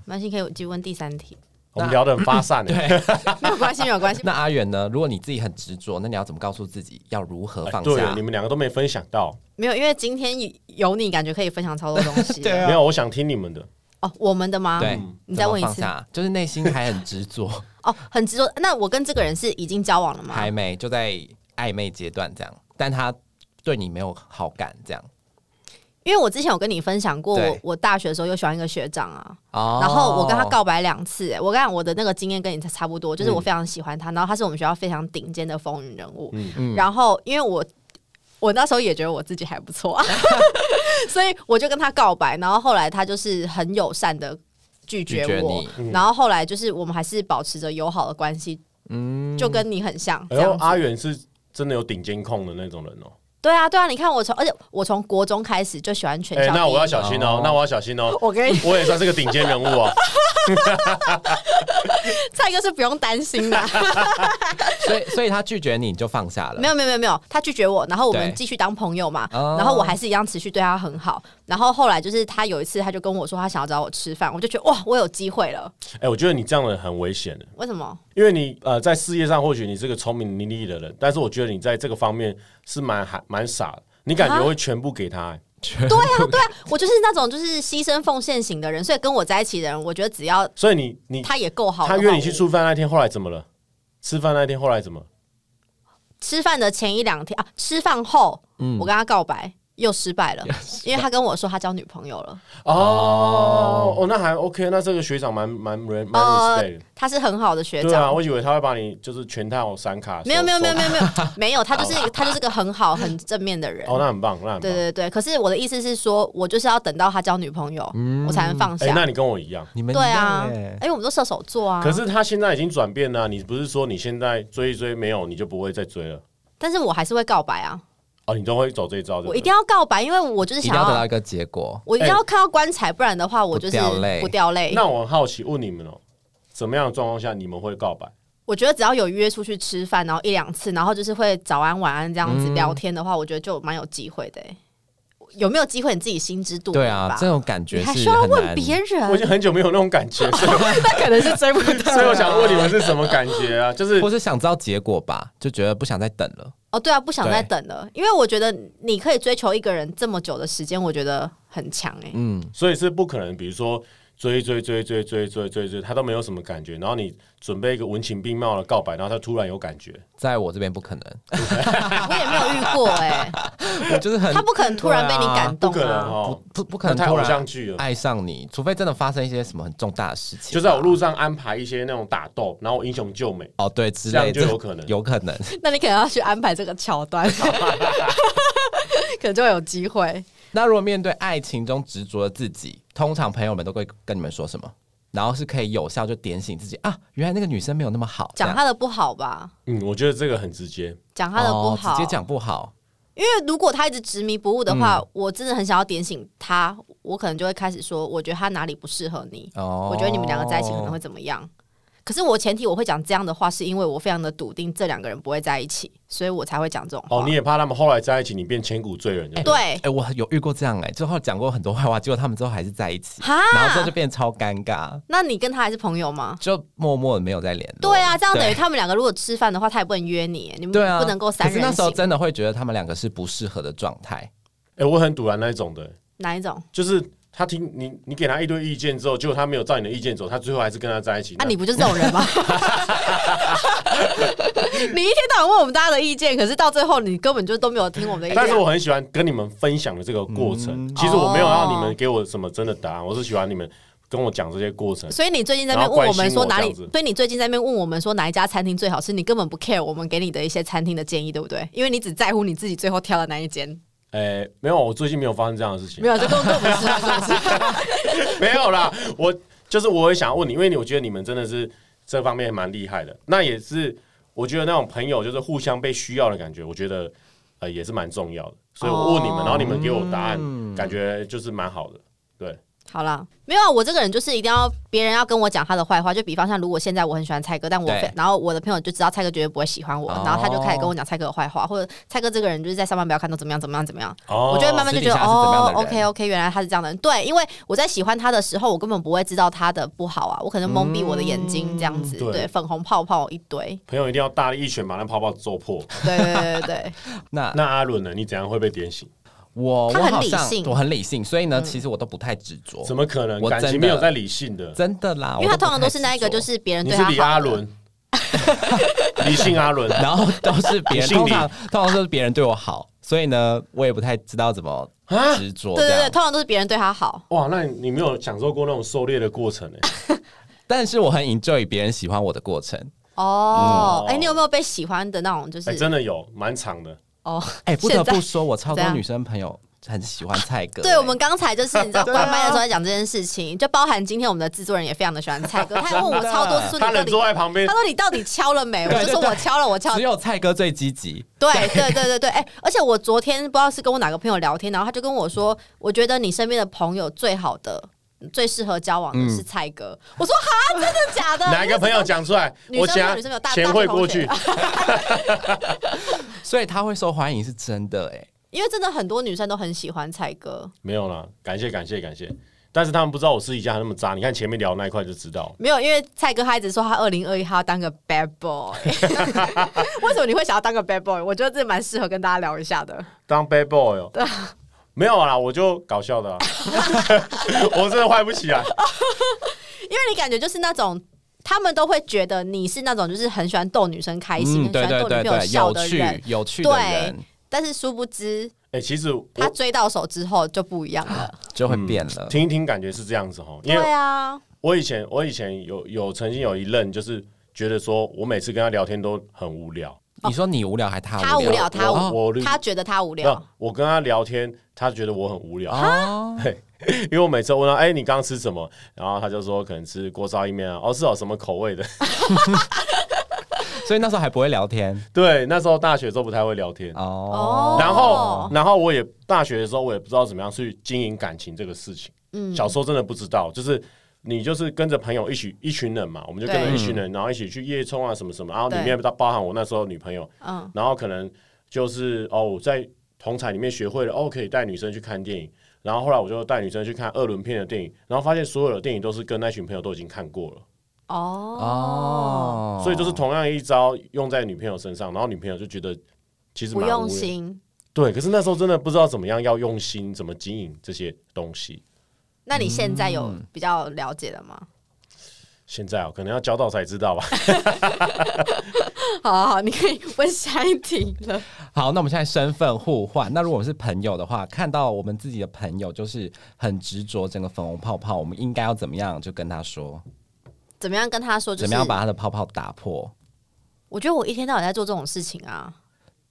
B: 没关系，可以继续问第三题，
C: 我们聊得很发散欸的、
A: 对，
B: 没有关系，没有关系。
A: 那阿远呢？如果你自己很执着，那你要怎么告诉自己要如何放
C: 啊对
A: 下
C: 你？们两个都没分享到，
B: 没有，因为今天有你，感觉可以分享超多东西。
A: 对啊
C: 没有，我想听你们的。
B: 哦，我们的吗？嗯
A: 对，
C: 嗯
B: 你再问一
A: 怎么放
B: 次。
A: 下，就是内心还很执 着，
B: 哦，很执着。那我跟这个人是已经交往了吗？
A: 还没就在暧昧阶段这样，但他对你没有好感这样。
B: 因为我之前有跟你分享过，
A: 对
B: 我我大学的时候又喜欢一个学长啊，
A: 哦
B: 然后我跟他告白两次、欸我跟你讲我的那个经验跟你差不多，就是
A: 嗯
B: 我非常喜欢他，然后他是我们学校非常顶尖的风云人物，
A: 嗯
B: 然后因为我。我那时候也觉得我自己还不错、啊 所以我就跟他告白，然后后来他就是很友善的拒绝
A: 拒绝
B: 我
A: 你，
C: 嗯
B: 然后后来就是我们还是保持着友好的关系，就跟你很像这
C: 然
B: 样
C: 后
B: 子。
C: 嗯哎阿远是真的有顶尖控的那种人哦、
B: 对啊，对啊，你看我从，而且我从国中开始就喜欢全
C: 哎、
B: 校第一名。
C: 那我要小心哦、
A: 哦
C: 那我要小心哦、
B: 我跟你
C: 我也算是个顶尖人物哦、
B: 蔡哥是不用担心 的，
A: 所以所以他拒绝你，你就放下了。
B: 没有没有没有没有，他拒绝我，然后我
A: 对
C: 哦
B: 们继续当朋友嘛，
A: 哦
B: 然后我还是一样持续对他很好，然后后来就是他有一次他就跟我说他想要找我吃饭，我就觉得哇，我有机会了，
C: 哎、我觉得你这样的人很危险的，
B: 为什 么？
C: 因为你呃在事业上或许你是个聪明伶俐的人，但是我觉得你在这个方面是蛮还蛮傻的，你感觉
B: 啊
C: 会全部给他、哎
A: 全
B: 对啊对啊，我就是那种就是牺牲奉献型的人，所以跟我在一起的人，我觉得只要
C: 所以你你
B: 他也够好的话，
C: 他约你去
B: 我
C: 吃饭那天后来怎么了？吃饭那天后来怎么？
B: 吃饭的前一两天啊，吃饭后，
C: 嗯
B: 我跟他告白又失败了，因为他跟我说他交女朋友了。
C: 哦哦，那还 OK，那这个学长蛮蛮蛮蛮
B: 呃
C: respect 的。
B: 他是很好的学
C: 对啊，
B: 长。
C: 我以为他会把你就是全套闪卡收。
B: 没有没有没有
C: 收
B: 没有没 有没有，他就是他就是个很好很正面的人。
C: 哦，那很棒，那很棒。
B: 对对对，可是我的意思是说，我就是要等到他交女朋友，我才能放
C: 哎、那
B: 下。
C: 你跟我一样。
A: 你们
B: 对啊
A: 一样，
B: 因
A: 欸
B: 为我们都射手座啊。
C: 可，是他现在已经转变了啊、你不是说你现在追一追没有，你就不会再追了？
B: 但是我还是会告白啊，
C: 哦，你都会走这一招的。
B: 我一定要告白，因为我就是
A: 一定
B: 想
A: 要得到
B: 要
A: 一，个结果。
B: 我一
C: 哎
B: 定要看到棺材，不然的话我就是
A: 不掉泪
B: 不掉泪。
C: 那我很好奇问你们哦，什么样的状况下你们会告白？
B: 我觉得只要有约出去吃饭，然后一两次，然后就是会早安晚安这样子
A: 嗯
B: 聊天的话，我觉得就蛮有机会的欸、有没有机会你自己心知肚明
A: 对
B: 吧
A: 啊，这种感觉
B: 你
A: 是
B: 还
A: 很
B: 需要问
A: 难
B: 别
C: 我已经
B: 人？
C: 很久没有那种感觉，所以
D: 那可能是追不到。
C: 所以我想问你们是什么感觉啊？就是
A: 或是想知道结果吧，就觉得不想再等了。
B: 哦，对啊，不想再
A: 对
B: 等了，因为我觉得你可以追求一个人这么久的时间，我觉得很强哎、
A: 嗯，
C: 所以是不可能，比如说追追追追追追追追，他都没有什么感觉，然后你准备一个文情并茂的告白，然后他突然有感觉，
A: 在我这边不可 能，
B: 我也没有遇过哎、
A: 我就是很
B: 他不可能突然被你感
C: 不
B: 动
C: 可能
B: 啊！
C: 哦，
A: 不不可
C: 那
A: 能
C: 太
A: 突
C: 偶
A: 然
C: 像剧了。
A: 爱上你，除非真的发生一些什么很重大的事情吧，
C: 就在我路上安排一些那种打斗，然后我英雄救美，
A: 哦，对，之
C: 这样
A: 类
C: 就
A: 这
C: 有可能
A: 有可能。
B: 那你可能要去安排这个桥段，啊可能就会有机会。
A: 那如果面对爱情中执着的自己，通常朋友们都会跟你们说什么？然后是可以有效就点醒自己啊，原来那个女生没有那么好，这
B: 讲
A: 样
B: 他的不好吧，
C: 嗯，我觉得这个很直接。
B: 讲他的不
A: 哦
B: 好，
A: 直接讲不好，
B: 因为如果他一直执迷不悟的
A: 嗯
B: 话，我真的很想要点醒他，我可能就会开始说，我觉得他哪里不适合你，
A: 哦，
B: 我觉得你们两个在一起可能会怎么样。可是我前提我会讲这样的话，是因为我非常的笃定这两个人不会在一起，所以我才会讲这种话。
C: 哦，你也怕他们后来在一起，你变千古罪人，对不
B: 对
C: 对
A: 啊哎、，我有遇过这样哎、之后讲过很多坏话，结果他们之后还是在一起，
B: 哈
A: 然后之后就变超尴尬，
B: 那你跟他还是朋友吗？
A: 就默默的没有再联络。
B: 对啊，这样等于
A: 哦对
B: 他们两个如果吃饭的话，他也不能约你，你们
A: 对啊，
B: 不能够三
A: 可是
B: 人行。
A: 那时候真的会觉得他们两个是不适合的状态，
C: 哎、我很堵然那一种的，
B: 哪一种？
C: 就是他听你，你给他一堆意见之后，结果他没有照你的意见走，他最后还是跟他在一起。
B: 啊，你不就是这种人吗？ 你一天到晚问我们大家的意见，可是到最后你根本就都没有听我们的意见。
C: 但是我很喜欢跟你们分享的这个过程。
A: 嗯
C: 其实我没有要你
B: 哦
C: 们给我什么真的答案，我是喜欢你们跟我讲这些过程。
B: 所以你最近在那边问我们说哪
C: 然后
B: 里
C: 关心我这样子？
B: 所以你最近在那边问我们说哪一家餐厅最好吃？你根本不 care 我们给你的一些餐厅的建议，对不对？因为你只在乎你自己最后挑的那一 间，
C: 哎、没有，我最近没有发生这样的事情
B: 没，有就跟跟我们吃饭是不是
C: 没有啦。我就是我也想问你，因为你我觉得你们真的是这方面蛮厉害的。那也是我觉得那种朋友就是互相被需要的感觉，我觉得呃也是蛮重要的。所以我问你们，
B: 哦
C: 然后你们给我答案，
A: 嗯
C: 感觉就是蛮好的。对，
B: 好啦，没有啊，我这个人就是一定要别人要跟我讲他的坏话，就比方像如果现在我很喜欢蔡哥，但我
A: 对
B: 非然后我的朋友就知道蔡哥绝对不会喜欢我，
A: 哦
B: 然后他就开始跟我讲蔡哥的坏话，或者蔡哥这个人就是在上班不要看到怎么样怎么样怎么样，
C: 哦
B: 我就会慢慢就觉
A: 私
B: 得
A: 底下是怎么样
B: 哦
A: 的人
B: ，OK OK，原来他是这样的人。对，因为我在喜欢他的时候，我根本不会知道他的不好啊，我可能蒙蔽我的眼睛这样子，
C: 对
B: 对，粉红泡泡一堆，
C: 朋友一定要大力一拳把那泡泡揍破。
B: 对对对对对，
A: 那
C: 那阿伦呢？你怎样会被点醒？
A: 我
B: 他
A: 我
B: 很
A: 好
B: 理
A: 像
B: 性嗯
A: 我很理性，所以呢，其实我都不太执着，
C: 怎么可能？
A: 我
C: 感情
A: 真的
C: 没有在理性的，
A: 真的啦，
B: 因为他
A: 我不
B: 通常都是
A: 太
B: 那一个
A: 执着
B: 就是别人
C: 你
B: 对
C: 是
B: 他
C: 李
B: 好
C: 阿
B: 的，
C: 伦， 理性阿伦。
A: 然后都是别人，
C: 你姓
A: 通
C: 李
A: 常通常都是别人对我好，所以呢，我也不太知道怎么
C: 啊
A: 执着
B: 对
A: 这
B: 对
A: 样。
B: 对，通常都是别人对他好。
C: 哇，那你没有享受过那种狩猎的过程
B: 啊
C: 哎、
A: 但是我很 enjoy 别人喜欢我的过程。
B: 哦，
C: 嗯
B: 哎、你有没有被喜欢的那种？就是、
C: 哎、真的有，蛮长的。
B: 哦，
A: 哎、不得
B: 现在
A: 不说，我超
B: 怎
A: 多
B: 样
A: 女生朋友很喜欢蔡哥、哎
B: 对，我们刚才就是你知道
A: 对
B: 关
A: 啊
B: 麦的时候在讲这件事情，就包含今天我们的制作人也非常的喜欢蔡哥，他还问我
A: 真的
B: 超多次说
C: 他
B: 你到
C: 人哎
B: 底，
C: 坐在旁边
B: 他，说你到底敲了没？我
A: 对
B: 就说
A: 对对
B: 我敲了，我敲
A: 只
B: 了。
A: 有蔡哥最积极。
B: 对对对对对，哎、而且我昨天不知道是跟我哪个朋友聊天，然后他就跟我说，我觉得你身边的朋友最好的、最适合交往的是蔡哥。我说哈，真的假的？
C: 哪一个朋友讲出来？
B: 女
C: 我
B: 生没有
C: 讲
B: 女生没有大
C: 钱汇过去
B: 大，
A: 所以他会受欢迎是真的哎、
B: 因为真的很多女生都很喜欢蔡哥。
C: 没有啦，感谢感谢感谢。但是他们不知道我私底下那么渣，你看前面聊的那一块就知道。
B: 没有，因为蔡哥他一直说他二零二一他要当个 bad boy，为什么你会想要当个 bad boy？我觉得这蛮适合跟大家聊一下的。
C: 当 bad boy 哦、
B: 啊
C: 没有啦，我就搞 笑的、啊， 我真的坏不起来。
B: 因为你感觉就是那种。他们都会觉得你是那种就是很喜欢逗女生开心，
A: 嗯对
B: 很喜
A: 对
B: 欢逗
A: 对
B: 女朋友
A: 对，
B: 笑
A: 有
B: 的
A: 趣
B: 人，
A: 有趣的
B: 对
A: 人
B: 但是殊不知
C: 哎、其实我
B: 他追到手之后就不一样了。
A: 就会变了。
C: 听一听，感觉是这样子哈，因
B: 对
C: 为
B: 啊，
C: 我以前我以前有有曾经有一任，就是觉得说我每次跟他聊天都很无聊，
A: 你说你无聊还他
B: 他无聊，他
C: 我
B: 无
C: 我
B: 他觉得他无
C: 那
B: 聊，啊
C: 我跟他聊天，他觉得我很无聊，
A: 哦，
C: 因为我每次问他，哎、你刚刚吃什么？然后他就说可能吃锅烧意面啊，哦是哦，什么口味的？
A: 所以那时候还不会聊天
C: 对，那时候大学的时候不太会聊天，
A: 哦。
C: 然
B: 哦
C: 后然后我也大学的时候我也不知道怎么样去经营感情这个事情，
B: 嗯，
C: 小时候真的不知道，就是你就是跟着朋友一起一群人嘛，我们就跟着
B: 对
C: 一群人，然后一起去夜冲啊什么什么，然后里
B: 对
C: 面包包含我那时候女朋友，
B: 嗯，
C: 然后可能就是哦，我在同彩里面学会了哦，可以带女生去看电影。然后后来我就带女生去看二轮片的电影，然后发现所有的电影都是跟那群朋友都已经看过了，
B: 哦，
A: 哦，
C: 所以就是同样一招用在女朋友身上，然后女朋友就觉得其实
B: 不
C: 蛮
B: 用
C: 无聊
B: 心。
C: 对，可是那时候真的不知道怎么样要用心，怎么经营这些东西。
B: 那你现在有
C: 嗯
B: 比较了解了吗？
C: 现在哦，可能要交到才知道吧。
B: 好好好，你可以问下一题了。
A: 好，那我们现在身份互换。那如果我们是朋友的话，看到我们自己的朋友就是很执着整个粉红泡泡，我们应该要怎么样就跟他说，
B: 怎么样跟他说？就
A: 怎
B: 是
A: 么样把他的泡泡打破？
B: 我觉得我一天到晚在做这种事情啊。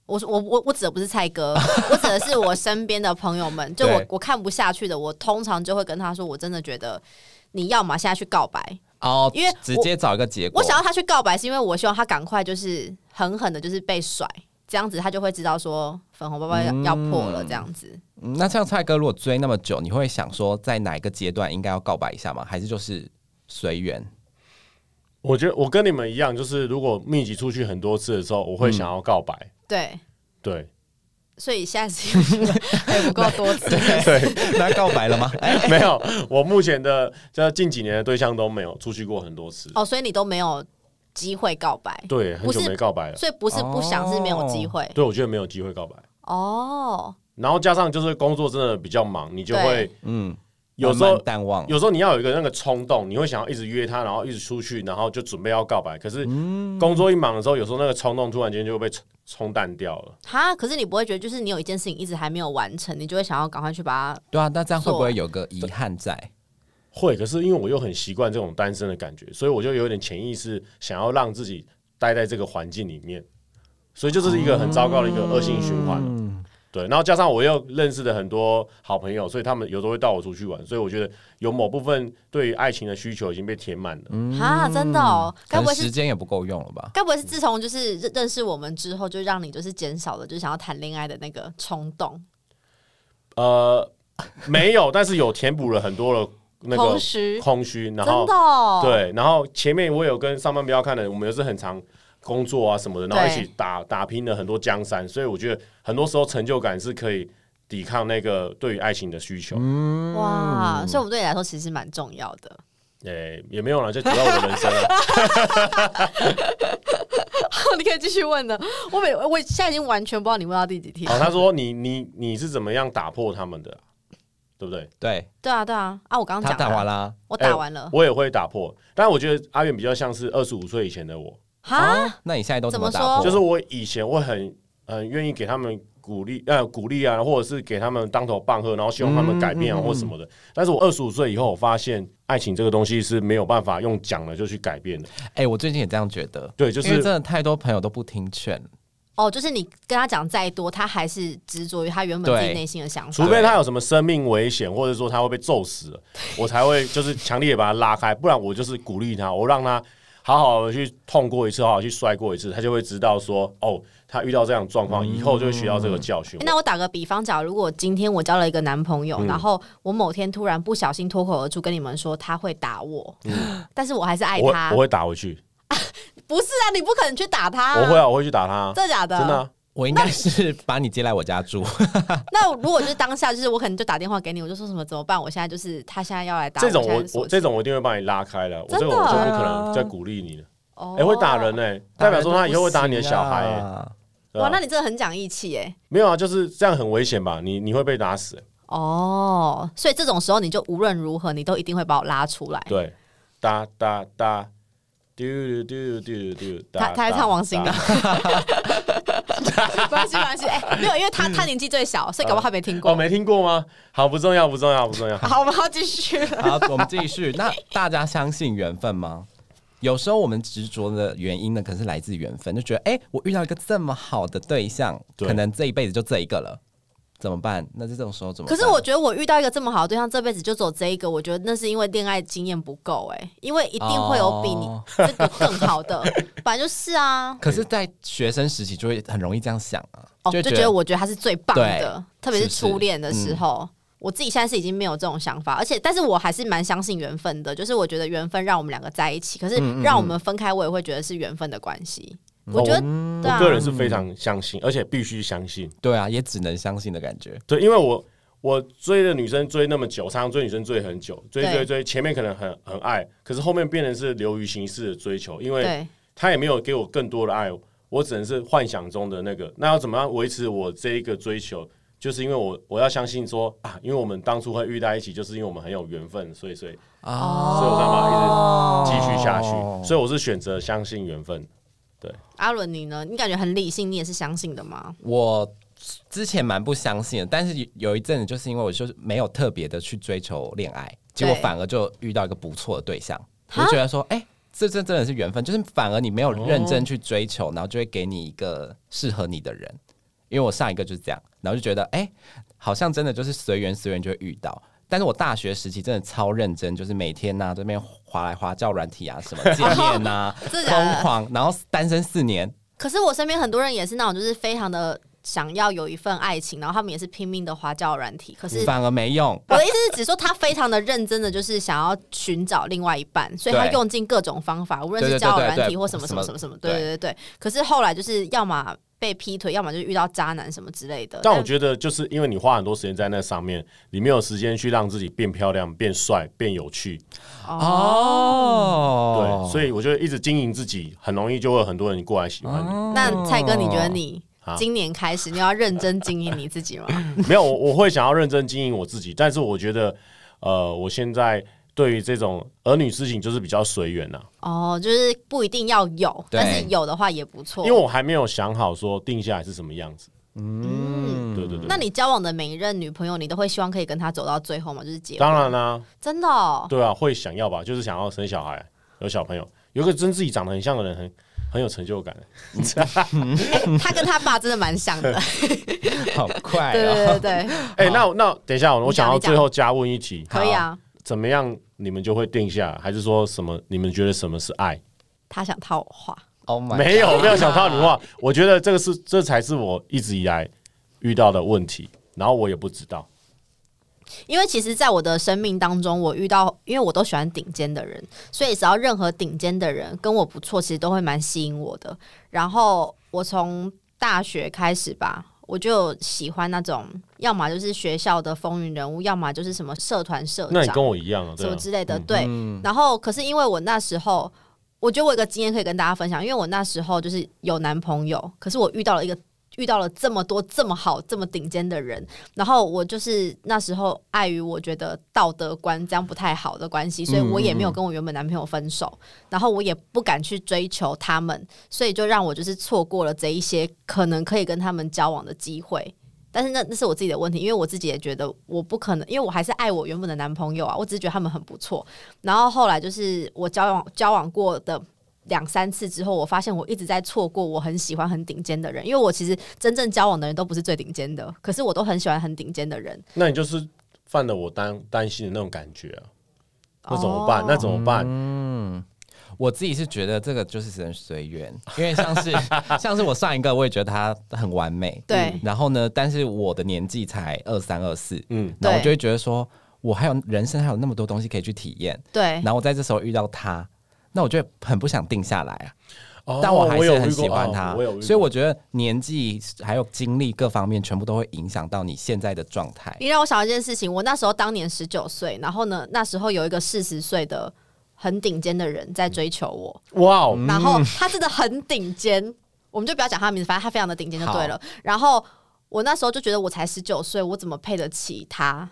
B: 我说我我我指的不是蔡哥， 我指的是我身边的朋友们。就我
A: 对
B: 我看不下去的，我通常就会跟他说，我真的觉得你要么现在去告白。
A: 哦，
B: 因为我
A: 直接找一个结果。
B: 我想要他去告白，是因为我希望他赶快就是狠狠的，就是被甩，这样子他就会知道说粉红包包要、
A: 嗯
B: 要破了这样子。
A: 嗯那像蔡哥，如果追那么久，你会想说在哪一个阶段应该要告白一下吗？还是就是随 缘？
C: 我觉得我跟你们一样，就是如果密集出去很多次的时候，我会想要告白。
B: 对，
C: 对
B: 所以下次还不够多次。
C: 对，
A: 那告白了吗？哎、
C: 没有，我目前的这近几年的对象都没有出去过很多次。
B: 哦，所以你都没有机会告白，
C: 对，很
B: 不
C: 久
B: 是
C: 没告白了。
B: 所以不是不想，是没有机会。
C: 对，我觉得没有机会告白。
B: 哦，
C: 然后加上就是工作真的比较忙，你就
B: 对
C: 会
A: 嗯，
C: 有时候
A: 慢慢淡忘。
C: 有时候你要有一个那个冲动，你会想要一直约他，然后一直出去，然后就准备要告白。可是
B: 嗯
C: 工作一忙的时候，有时候那个冲动突然间就被冲冲淡掉了。
B: 哈，可是你不会觉得，就是你有一件事情一直还没有完成，你就会想要赶快去把它。
A: 对啊，那这样会不会有个遗憾在？
C: 会，可是因为我又很习惯这种单身的感觉，所以我就有点潜意识想要让自己待在这个环境里面，所以就是一个很糟糕的一个恶性循环。对，然后加上我又认识的很多好朋友，所以他们有时候会带我出去玩，所以我觉得有某部分对于爱情的需求已经被填满了。
B: 哈，真的哦，该
A: 可
B: 不会
A: 能
B: 是
A: 时间也不够用了吧？
B: 该不会是自从就是认认识我们之后，就让你就是减少了就是想要谈恋爱的那个冲动，
C: 呃，没有，但是有填补了很多的那个
B: 空虚，
C: 空虚，然
B: 真
C: 后
B: 的哦，
C: 对，然后前面我有跟上班不要看的，我们也是很常工作啊什么的，然后
B: 对
C: 一起打打拼了很多江山，所以我觉得很多时候成就感是可以抵抗那个对于爱情的需求。
B: 嗯哇，所以我们对你来说其实蛮重要的。
C: 诶、哎也没有啦，就主要我的人生啊。
B: 你可以继续问的，我每我现在已经完全不知道你问到第几题了。
C: 好，他说你你你是怎么样打破他们的啊、对不对？
A: 对
B: 对啊，对啊，啊，我刚刚
A: 他
B: 讲
A: 打完
B: 了，
A: 啦。
B: 我打完了，
C: 哎我也会打破，但我觉得阿远比较像是二十五岁以前的我，
B: 哈，
C: 啊
A: 哦，那你现在都怎么
B: 怎
A: 打
B: 么
A: 破？
B: 说
C: 就是我以前会很很愿意给他们鼓励，呃，鼓励啊，或者是给他们当头棒喝，然后希望他们改变啊，
A: 嗯嗯嗯
C: 或什么的。但是我二十五岁以后，我发现爱情这个东西是没有办法用讲了就去改变的。
A: 哎、我最近也这样觉得，
C: 对，就
A: 因为
C: 是
A: 真的太多朋友都不听劝，
B: 哦，就是你跟他讲再多，他还是执着于他原本自己
A: 对
B: 内心的想法
C: 除。非他有什么生命危险，或者说他会被揍死了，我才会就是强烈地把他拉开，不然我就是鼓励他，我让他。好好的去痛过一次，好好地去摔过一次，他就会知道说，哦，他遇到这样的状况以后就会学到这个教训。
B: 欸那我打个比方，假如如果今天我交了一个男朋
C: 嗯
B: 友，然后我某天突然不小心脱口而出跟你们说他会打我，但是我还是爱
C: 我
B: 他
C: 嗯会我，会打回去，
B: 不是啊，你不可能去打他、
C: 我会，啊，我会去打他啊，
B: 真的假的？
C: 真的啊、
A: 我应该是把你接来我家 住。
B: 那如果就是当下，就是我可能就打电话给你，我就说什么怎么办？我现在就是他现在要来打
C: 这种
B: 我现
C: 我
B: 在是
C: 我这种我一定会把你拉开了，我
B: 真
C: 这
B: 的
C: 个我就不可能再鼓励你了。
B: 哦
C: 哎、会啊打人呢、代表说他以后会打你的小孩、欸，
A: 啊。
C: 对
B: 哦哇，
C: 吧
B: 那你真的很讲义气哎。
C: 没有啊，就是这样很危险吧？你你会被打死欸、
B: 哦，所以这种时候你就无论如何你都一定会把我拉出 来。
C: 对，哒哒哒，丢丢丢丢丢，
B: 他
C: 哒
B: 他在唱王心啊
C: 哒
B: 的，没关系没关系，哎、没有，因为他他年纪最小，所以搞不好他没听过。
C: 嗯哦，没听过吗？好，不重要，不重要，不重要。
B: 好，我们要继 续 了。
A: 好，我们继续。那大家相信缘分吗？有时候我们执着的原因呢，可能是来自缘分，就觉得哎、诶我遇到一个这么好的对象，
C: 对
A: 可能这一辈子就这一个了，怎么办？那这种时候怎么
B: 可
A: 办？
B: 是我觉得我遇到一个这么好的对象，这辈子就走这一个，我觉得那是因为恋爱经验不够哎、因为一定会有比你
A: 哦
B: 这个更好 的，本来就是啊。
A: 可是在学生时期就会很容易这样想啊，
B: 哦，
A: 就
B: 就
A: 会
B: 觉得我觉得他是最棒的
A: 对，
B: 特别是
A: 是不是
B: 初恋的时候。我自己现在是已经没有这种想法，而且但是我还是蛮相信缘分的，就是我觉得缘分让我们两个在一起，可是让我们分开，我也会觉得是缘分的关系。我觉得，对
C: 我
B: 啊，
C: 个人是非常相信，而且必须相信。
A: 对啊，也只能相信的感觉。
C: 对，因为我我追的女生追那么久，常常追女生追很久，追
B: 对
C: 追追，前面可能很很爱，可是后面变成是流于形式的追求，因为
B: 对
C: 她也没有给我更多的爱，我只能是幻想中的那个。那要怎么样维持我这一个追求？就是因为我我要相信说啊，因为我们当初会遇在一起，就是因为我们很有缘分，所以所以
A: 哦，
C: 所以我才把
A: 一
C: 继
A: 直
C: 续下去。
A: 哦
C: 所以我是选择相信缘分。
B: 阿伦你呢？你感觉很理性，你也是相信的吗？
A: 我之前蛮不相信的，但是有一阵子就是因为我就是没有特别的去追求恋爱，结果
B: 对
A: 反而就遇到一个不错的对象，我
B: 哈
A: 就觉得说，哎、这这真的是缘分，就是反而你没有认真去追求，然后就会给你一个适合你的人。因为我上一个就是这样，然后就觉得，哎、好像真的就是随缘随缘就会遇到。但是我大学时期真的超认真，就是每天呐、这边划来划叫软体啊，什么见面 呐、
B: 真的假的
A: 疯狂，然后单身四年，
B: 可是我身边很多人也是那种，就是非常的想要有一份爱情，然后他们也是拼命的花椒软体，可 是。
A: 反而没用。
B: 我的意思是，只说他非常的认真的，就是想要寻找另外一半，所以他
A: 对
B: 用尽各种方法，无论
A: 对
B: 是
A: 对对
B: 交友软
A: 对
B: 体
A: 对
B: 或什么什么什么什么，对
A: 对
B: 对对对。可是后来就是要么被劈腿，要么就是遇到渣男什么之类的。
C: 但我觉得，就是因为你花很多时间在那上面，你没有时间去让自己变漂亮、变帅、变有趣，
B: 得
A: 哦，
C: 对，所以我觉得一直经营自己，很容易就会有很多人过来喜欢你。
A: 哦
B: 那蔡哥，你觉得 你
C: 啊
B: 今年开始你要认真经营你自己吗？
C: 没有，我我会想要认真经营我自己，但是我觉得，呃，我现在对于这种儿女事情就是比较随缘呐，
B: 哦，就是不一定要有，
A: 对
B: 但是有的话也不错。
C: 因为我还没有想好说定下来是什么样子。嗯，对对对。
B: 那你交往的每一任女朋友，你都会希望可以跟她走到最后吗？就是结婚？
C: 当然啦、
B: 真的、哦？
C: 对啊，会想要吧，就是想要生小孩，有小朋友，有一个真自己长得很像的人，很很有成就感。
B: 她跟她爸真的蛮 像的。
A: 好快
B: 对
A: 哦！
B: 对对对，
C: 哎、那我那等一下，我
B: 你讲
C: 想要
B: 你讲
C: 最后加问一题，
B: 可以啊。
C: 怎么样你们就会定下来？还是说什么？你们觉得什么是爱？
B: 她想套我话，
A: Oh my，
C: 没有，
A: God
C: 没有想到你话。我觉得这个是，这才是我一直以来遇到的问题。然后我也不知道，
B: 因为其实，在我的生命当中，我遇到，因为我都喜欢顶尖的人，所以只要任何顶尖的人跟我不错，其实都会蛮吸引我的。然后我从大学开始吧，我就喜欢那种，要么就是学校的风云人物，要么就是什么社团社
C: 那你
B: 长
C: 跟，我一样啊，对
B: 什么
C: 啊，
B: 之类的。对，然后可是因为我那时候，我觉得我有个经验可以跟大家分享，因为我那时候就是有男朋友，可是我遇到了一个。遇到了这么多这么好这么顶尖的人，然后我就是那时候碍于我觉得道德观这样不太好的关系，所以我也没有跟我原本男朋友分手，然后我也不敢去追求他们，所以就让我就是错过了这一些可能可以跟他们交往的机会。但是那那是我自己的问题，因为我自己也觉得我不可能，因为我还是爱我原本的男朋友啊，我只是觉得他们很不错。然后后来就是我交往交往过的两三次之后，我发现我一直在错过我很喜欢很顶尖的人，因为我其实真正交往的人都不是最顶尖的，可是我都很喜欢很顶尖的人。
C: 那你就是犯了我担担心的那种感觉啊。那怎么办？那怎么办？
A: 哦我自己是觉得这个就是只能随缘，因为像是 像是我上一个，我也觉得他很完美，
B: 对
A: 嗯然后呢，但是我的年纪才二三二四，
C: 嗯
A: 然后
B: 对
A: 我就会觉得说，我还有人生还有那么多东西可以去体验，
B: 对
A: 然，后我在这时候遇到他，那我就会很不想定下来啊。
C: 哦
A: 但我还
C: 有
A: 是很
C: 遇过
A: 喜欢
C: 哦
A: 他
C: 我有遇，过
A: 所以我觉得年纪还有经历各方面，全部都会影响到你现在的状态。
B: 你让我想到一件事情，我那时候当年十九岁，然后呢，那时候有一个四十岁的很顶尖的人在追求我，
C: 哇哦，
A: 嗯
B: 然后他真的很顶尖，我们就不要讲他的名字，反正他非常的顶尖就对了。然后我那时候就觉得我才十九岁，我怎么配得起他？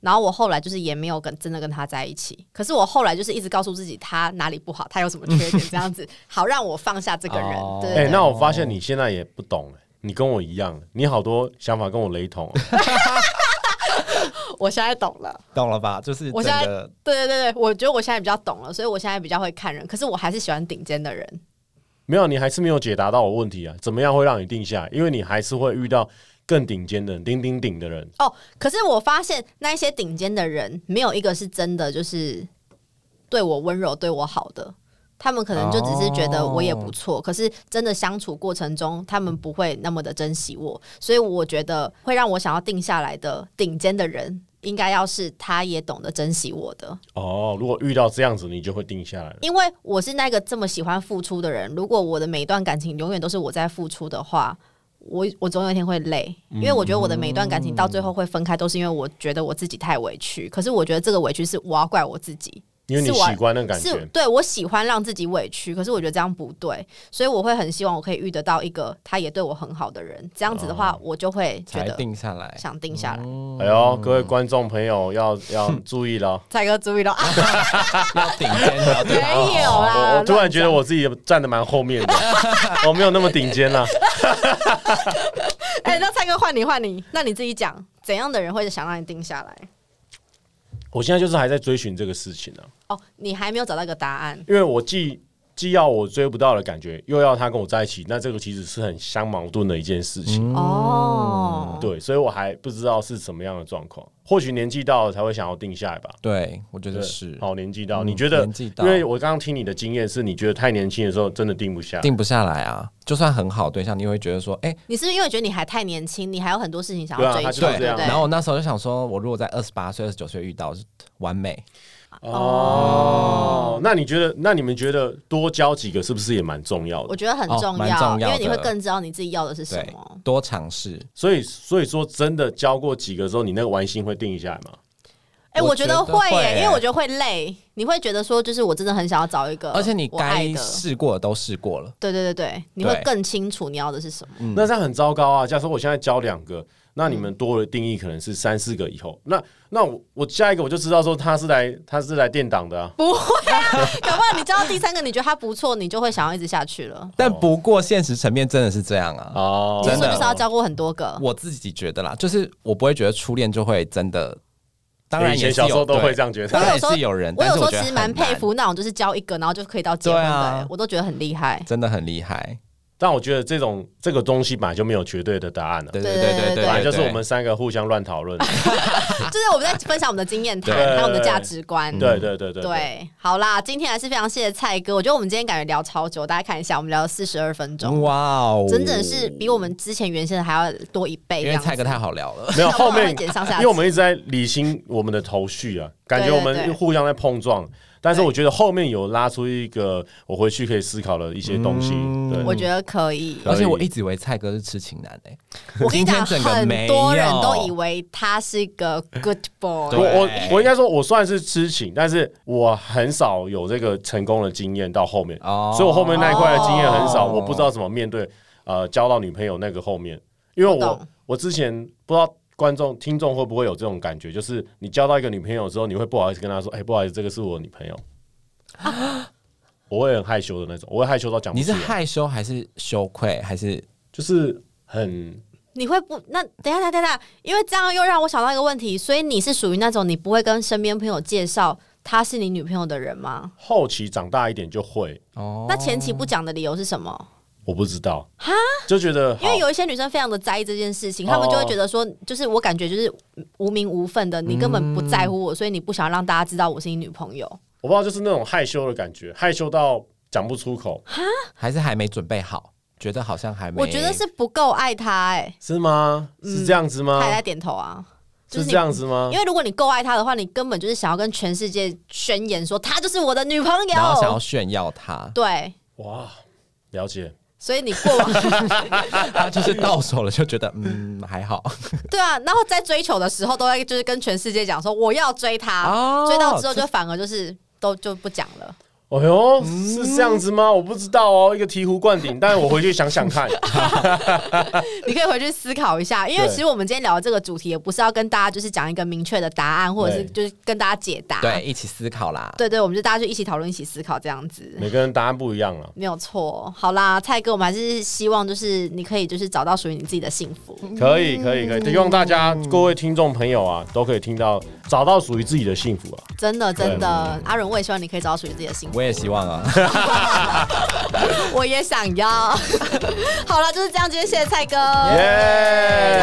B: 然后我后来就是也没有跟真的跟他在一起，可是我后来就是一直告诉自己他哪里不好，他有什么缺 点，这样子好让我放下这个人。
A: 哦
B: 对
C: 哎、
B: 对对
C: 那我发现你现在也不懂哎、你跟我一样，你好多想法跟我雷同哦、
B: 我现在懂了。
A: 懂了吧？就是
B: 我
A: 整
B: 现在
A: 个
B: 对对对对，我觉得我现在比较懂了，所以我现在比较会看人，可是我还是喜欢顶尖的人。
C: 没有，你还是没有解答到我问题啊！怎么样会让你定下来？因为你还是会遇到更顶尖的人、顶顶顶的人。
B: 哦，可是我发现那一些顶尖的人，没有一个是真的就是对我温柔、对我好的。他们可能就只是觉得我也不错，可是真的相处过程中，他们不会那么的珍惜我，所以我觉得会让我想要定下来的顶尖的人，应该要是他也懂得珍惜我的，
C: 哦，如果遇到这样子，你就会定下来了。
B: 因为我是那个这么喜欢付出的人。如果我的每一段感情永远都是我在付出的话，我我总有一天会累，
C: 嗯
B: 因为我觉得我的每一段感情到最后会分开，都是因为我觉得我自己太委屈。可是我觉得这个委屈是我要怪我自己，
C: 因为你
B: 是我啊
C: 喜欢那个感
B: 是
C: 觉，
B: 对我喜欢让自己委屈，可是我觉得这样不对，所以我会很希望我可以遇得到一个他也对我很好的人。这样子的话，
C: 哦
B: 我就会觉
A: 才
B: 得
A: 定下来。
B: 想定下来。
C: 哎呦，
A: 嗯
C: 各位观众朋友 要要注意了。
B: 蔡哥注意 了，啊
A: 要顶尖 的，要
B: 没
A: 顶尖
B: 有啦，
C: 哦我我突然
B: 乱
C: 觉得我自己站的蛮后面 的，我没有那么顶尖啦。
B: 哎、那蔡哥换你换你，那你自己讲，怎样的人会想让你定下来？
C: 我现在就是还在追寻这个事情呢、啊
B: 哦，你还没有找到一个答案，
C: 因为我既既要我追不到的感觉，又要他跟我在一起，那这个其实是很相矛盾的一件事
A: 嗯
C: 情。
B: 哦，
C: 嗯对，所以我还不知道是什么样的状况。或许年纪到了才会想要定下来吧。
A: 对，我觉
C: 对
A: 得是
C: 好，年纪到，
A: 嗯
C: 你觉得
A: 年纪？到
C: 因为我刚刚听你的经验是，你觉得太年轻的时候真的定不下。
A: 定不下来啊。就算很好对象，你也会觉得说，哎、
B: 你是不是因为觉得你还太年轻，你还有很多事情想要追
C: 对啊他
B: 求，
C: 就是
B: 不
C: 这样
B: 对？
A: 然后我那时候就想说，我如果在二十八岁、二十九岁遇到，是完美。
C: 哦，那你觉得？那你们觉得多交几个是不是也蛮重要
B: 我
C: 的？
B: 觉得很
A: 哦
B: 重
A: 蛮
B: 要，
A: 重要
B: 因为你会
A: 的
B: 更知道你自己要的是什
A: 对
B: 么。，
A: 多尝试。
C: 所以，所以说真的交过几个之后，你那个玩心会定下来吗？
B: 哎、
A: 我
B: 我觉得
A: 觉得
B: 会耶、
A: 会耶
B: 因为我觉得会累，你会觉得说，就是我真的很想要找一个，
A: 而且你
B: 我爱
A: 该
B: 的，
A: 试过的都试过了，
B: 对对对对，你会
A: 对
B: 更清楚你要的是什么。
C: 那这样很糟糕啊！假设我现在交两
B: 嗯
C: 个，那你们多的定义可能是三四个以后，那那我我下一个我就知道说他是来他是来垫档的啊。
B: 不会啊，搞不好你知道第三个，你觉得他不错，你就会想要一直下去了。
A: 但不过现实层面真的是这样啊。
C: 哦
B: 你
A: 真
B: 是说
A: 的
B: 就是要交过很多个，
A: 我自己觉得啦，就是我不会觉得初恋就会真的，当然
C: 以
A: 也
C: 前
A: 是
C: 小时候
A: 有
C: 都会
A: 对
C: 这样觉
B: 我
C: 得。
A: 当然
B: 有
A: 也
B: 时候
A: 是有人，
B: 我
A: 但
B: 有
A: 是
B: 时候
A: 觉
B: 其
A: 得
B: 实蛮
A: 很
B: 佩
A: 难，
B: 服那种，就是交一个，然后就可以到结婚
A: 对啊
B: 的，我都觉得很厉害。
A: 真的很厉害。
C: 但我觉得这种这个东西本来就没有绝对的答案了、
A: 对
B: 对
A: 对
B: 对
A: 对
B: 对
A: 对，
C: 本来
A: 对
C: 就是我们三个互相乱讨论。
B: 就是我们在分享我们的经验谈，
C: 对
B: 还有我们的价值观。
C: 对对对对对。
B: 对，好啦，今天还是非常谢谢蔡哥，我觉得我们今天感觉聊超久，大家看一下，我们聊了四十二分钟，
A: 哇哦，
B: 整整是比我们之前原先的还要多一倍
A: 因
B: 这
A: 为
B: 样子。
A: 蔡哥太好聊了，
C: 没有
B: 搞不好
C: 后面
B: 会剪上下集
C: 因为我们一直在理清我们的头绪啊，感觉我
B: 对
C: 们
B: 对
C: 互相在碰撞。但是
B: 对
C: 我觉得后面有拉出一个我回去可以思考的一些东西。
A: 嗯
C: 对，
B: 我觉得可以。
C: 嗯
A: 而且我一直以为蔡哥是痴情男欸诶，
B: 我跟你讲，
A: 今天整个
B: 很
A: 没
B: 多人
A: 有
B: 都以为他是个 good boy，
A: 对
C: 我我我应该说，我算是痴情，但是我很少有这个成功的经验到后面，
A: 哦
C: 所以我后面那一块的经验很少，
A: 哦
C: 我不知道怎么面对呃交到女朋友那个后面，因为
B: 我
C: 我
B: 懂
C: 我之前不知道观众听众会不会有这种感觉，就是你交到一个女朋友之后，你会不好意思跟她说，哎、不好意思，这个是我女朋友，
B: 啊
C: 我会很害羞的那种，我会害羞到讲不
A: 你
C: 出
A: 是
C: 来，
A: 害羞还是羞愧还是
C: 就是很
B: 你会不？那等一下，等一下等一下，因为这样又让我想到一个问题，所以你是属于那种你不会跟身边朋友介绍她是你女朋友的人吗？
C: 后期长大一点就会，
A: 哦？
B: 那前期不讲的理由是什么？
C: 我不知道，就觉得
B: 因为
C: 好
B: 有一些女生非常的在意这件事情，她们就会觉得说，就是我感觉就是无名无份的，你根本不在乎我，所以你不想让大家知道我是你女朋友。
C: 我不知道，就是那种害羞的感觉，害羞到讲不出口。
A: 还是还没准备好，觉得好像还没，
B: 我觉得是不够爱她、欸，
C: 是吗？是这样子
B: 哎、
C: 吗
B: 她？也在点头啊。就是是你
C: 嗯这样子吗
B: 因？为如果你够爱她的话，你根本就是想要跟全世界宣言说她就是我的女朋
A: 然后想要
B: 友。
A: 炫耀他，
B: 对，
C: 哇，了解。
B: 所以你过往
A: 他就是到手了就觉 得嗯还好，
B: 对啊，然后在追求的时候，都会就是跟全世界讲说我要追他，
A: 哦
B: 追到之后就反而就是都就不讲了。
C: 哎呦，是这样子
B: 嗯
C: 吗？我不知道哦，一个醍醐灌顶，但我回去想想 看。
B: 你可以回去思考一下，因为
C: 对
B: 其实我们今天聊的这个主题，也不是要跟大家就是讲一个明确的答案，或者是就是跟大家解答。
A: 对，一起思考啦。
B: 对对，我们就大家就一起讨论、一起思考这样子。
C: 每个人答案不一样啊。
B: 没有错，好啦，蔡哥，我们还是希望就是你可以就是找到属于你自己的幸福。
C: 可以，可以，
B: 嗯
C: 可以。希望大家各位听众朋友啊，都可以听到找到属于自己的幸福啊。
B: 真的真的，阿伦，我也希望你可以找到属于自己的幸福，
A: 我也希望啊，
B: 我也想要。 好了，就是这样，今天谢谢蔡哥然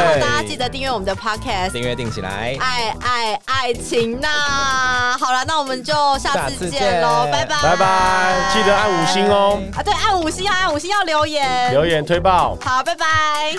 B: 后
C: 耶！
B: 大家记得订阅我们的 podcast，
A: 订阅定起来，
B: 爱爱爱情呐、好了，那我们就下
A: 下
B: 次
A: 次
B: 见
A: 见
B: 喽，拜拜
C: 拜拜，记得按五星哦，
B: 啊！对，按五星要按五星要留言，
C: 留言推爆。
B: 好，拜拜。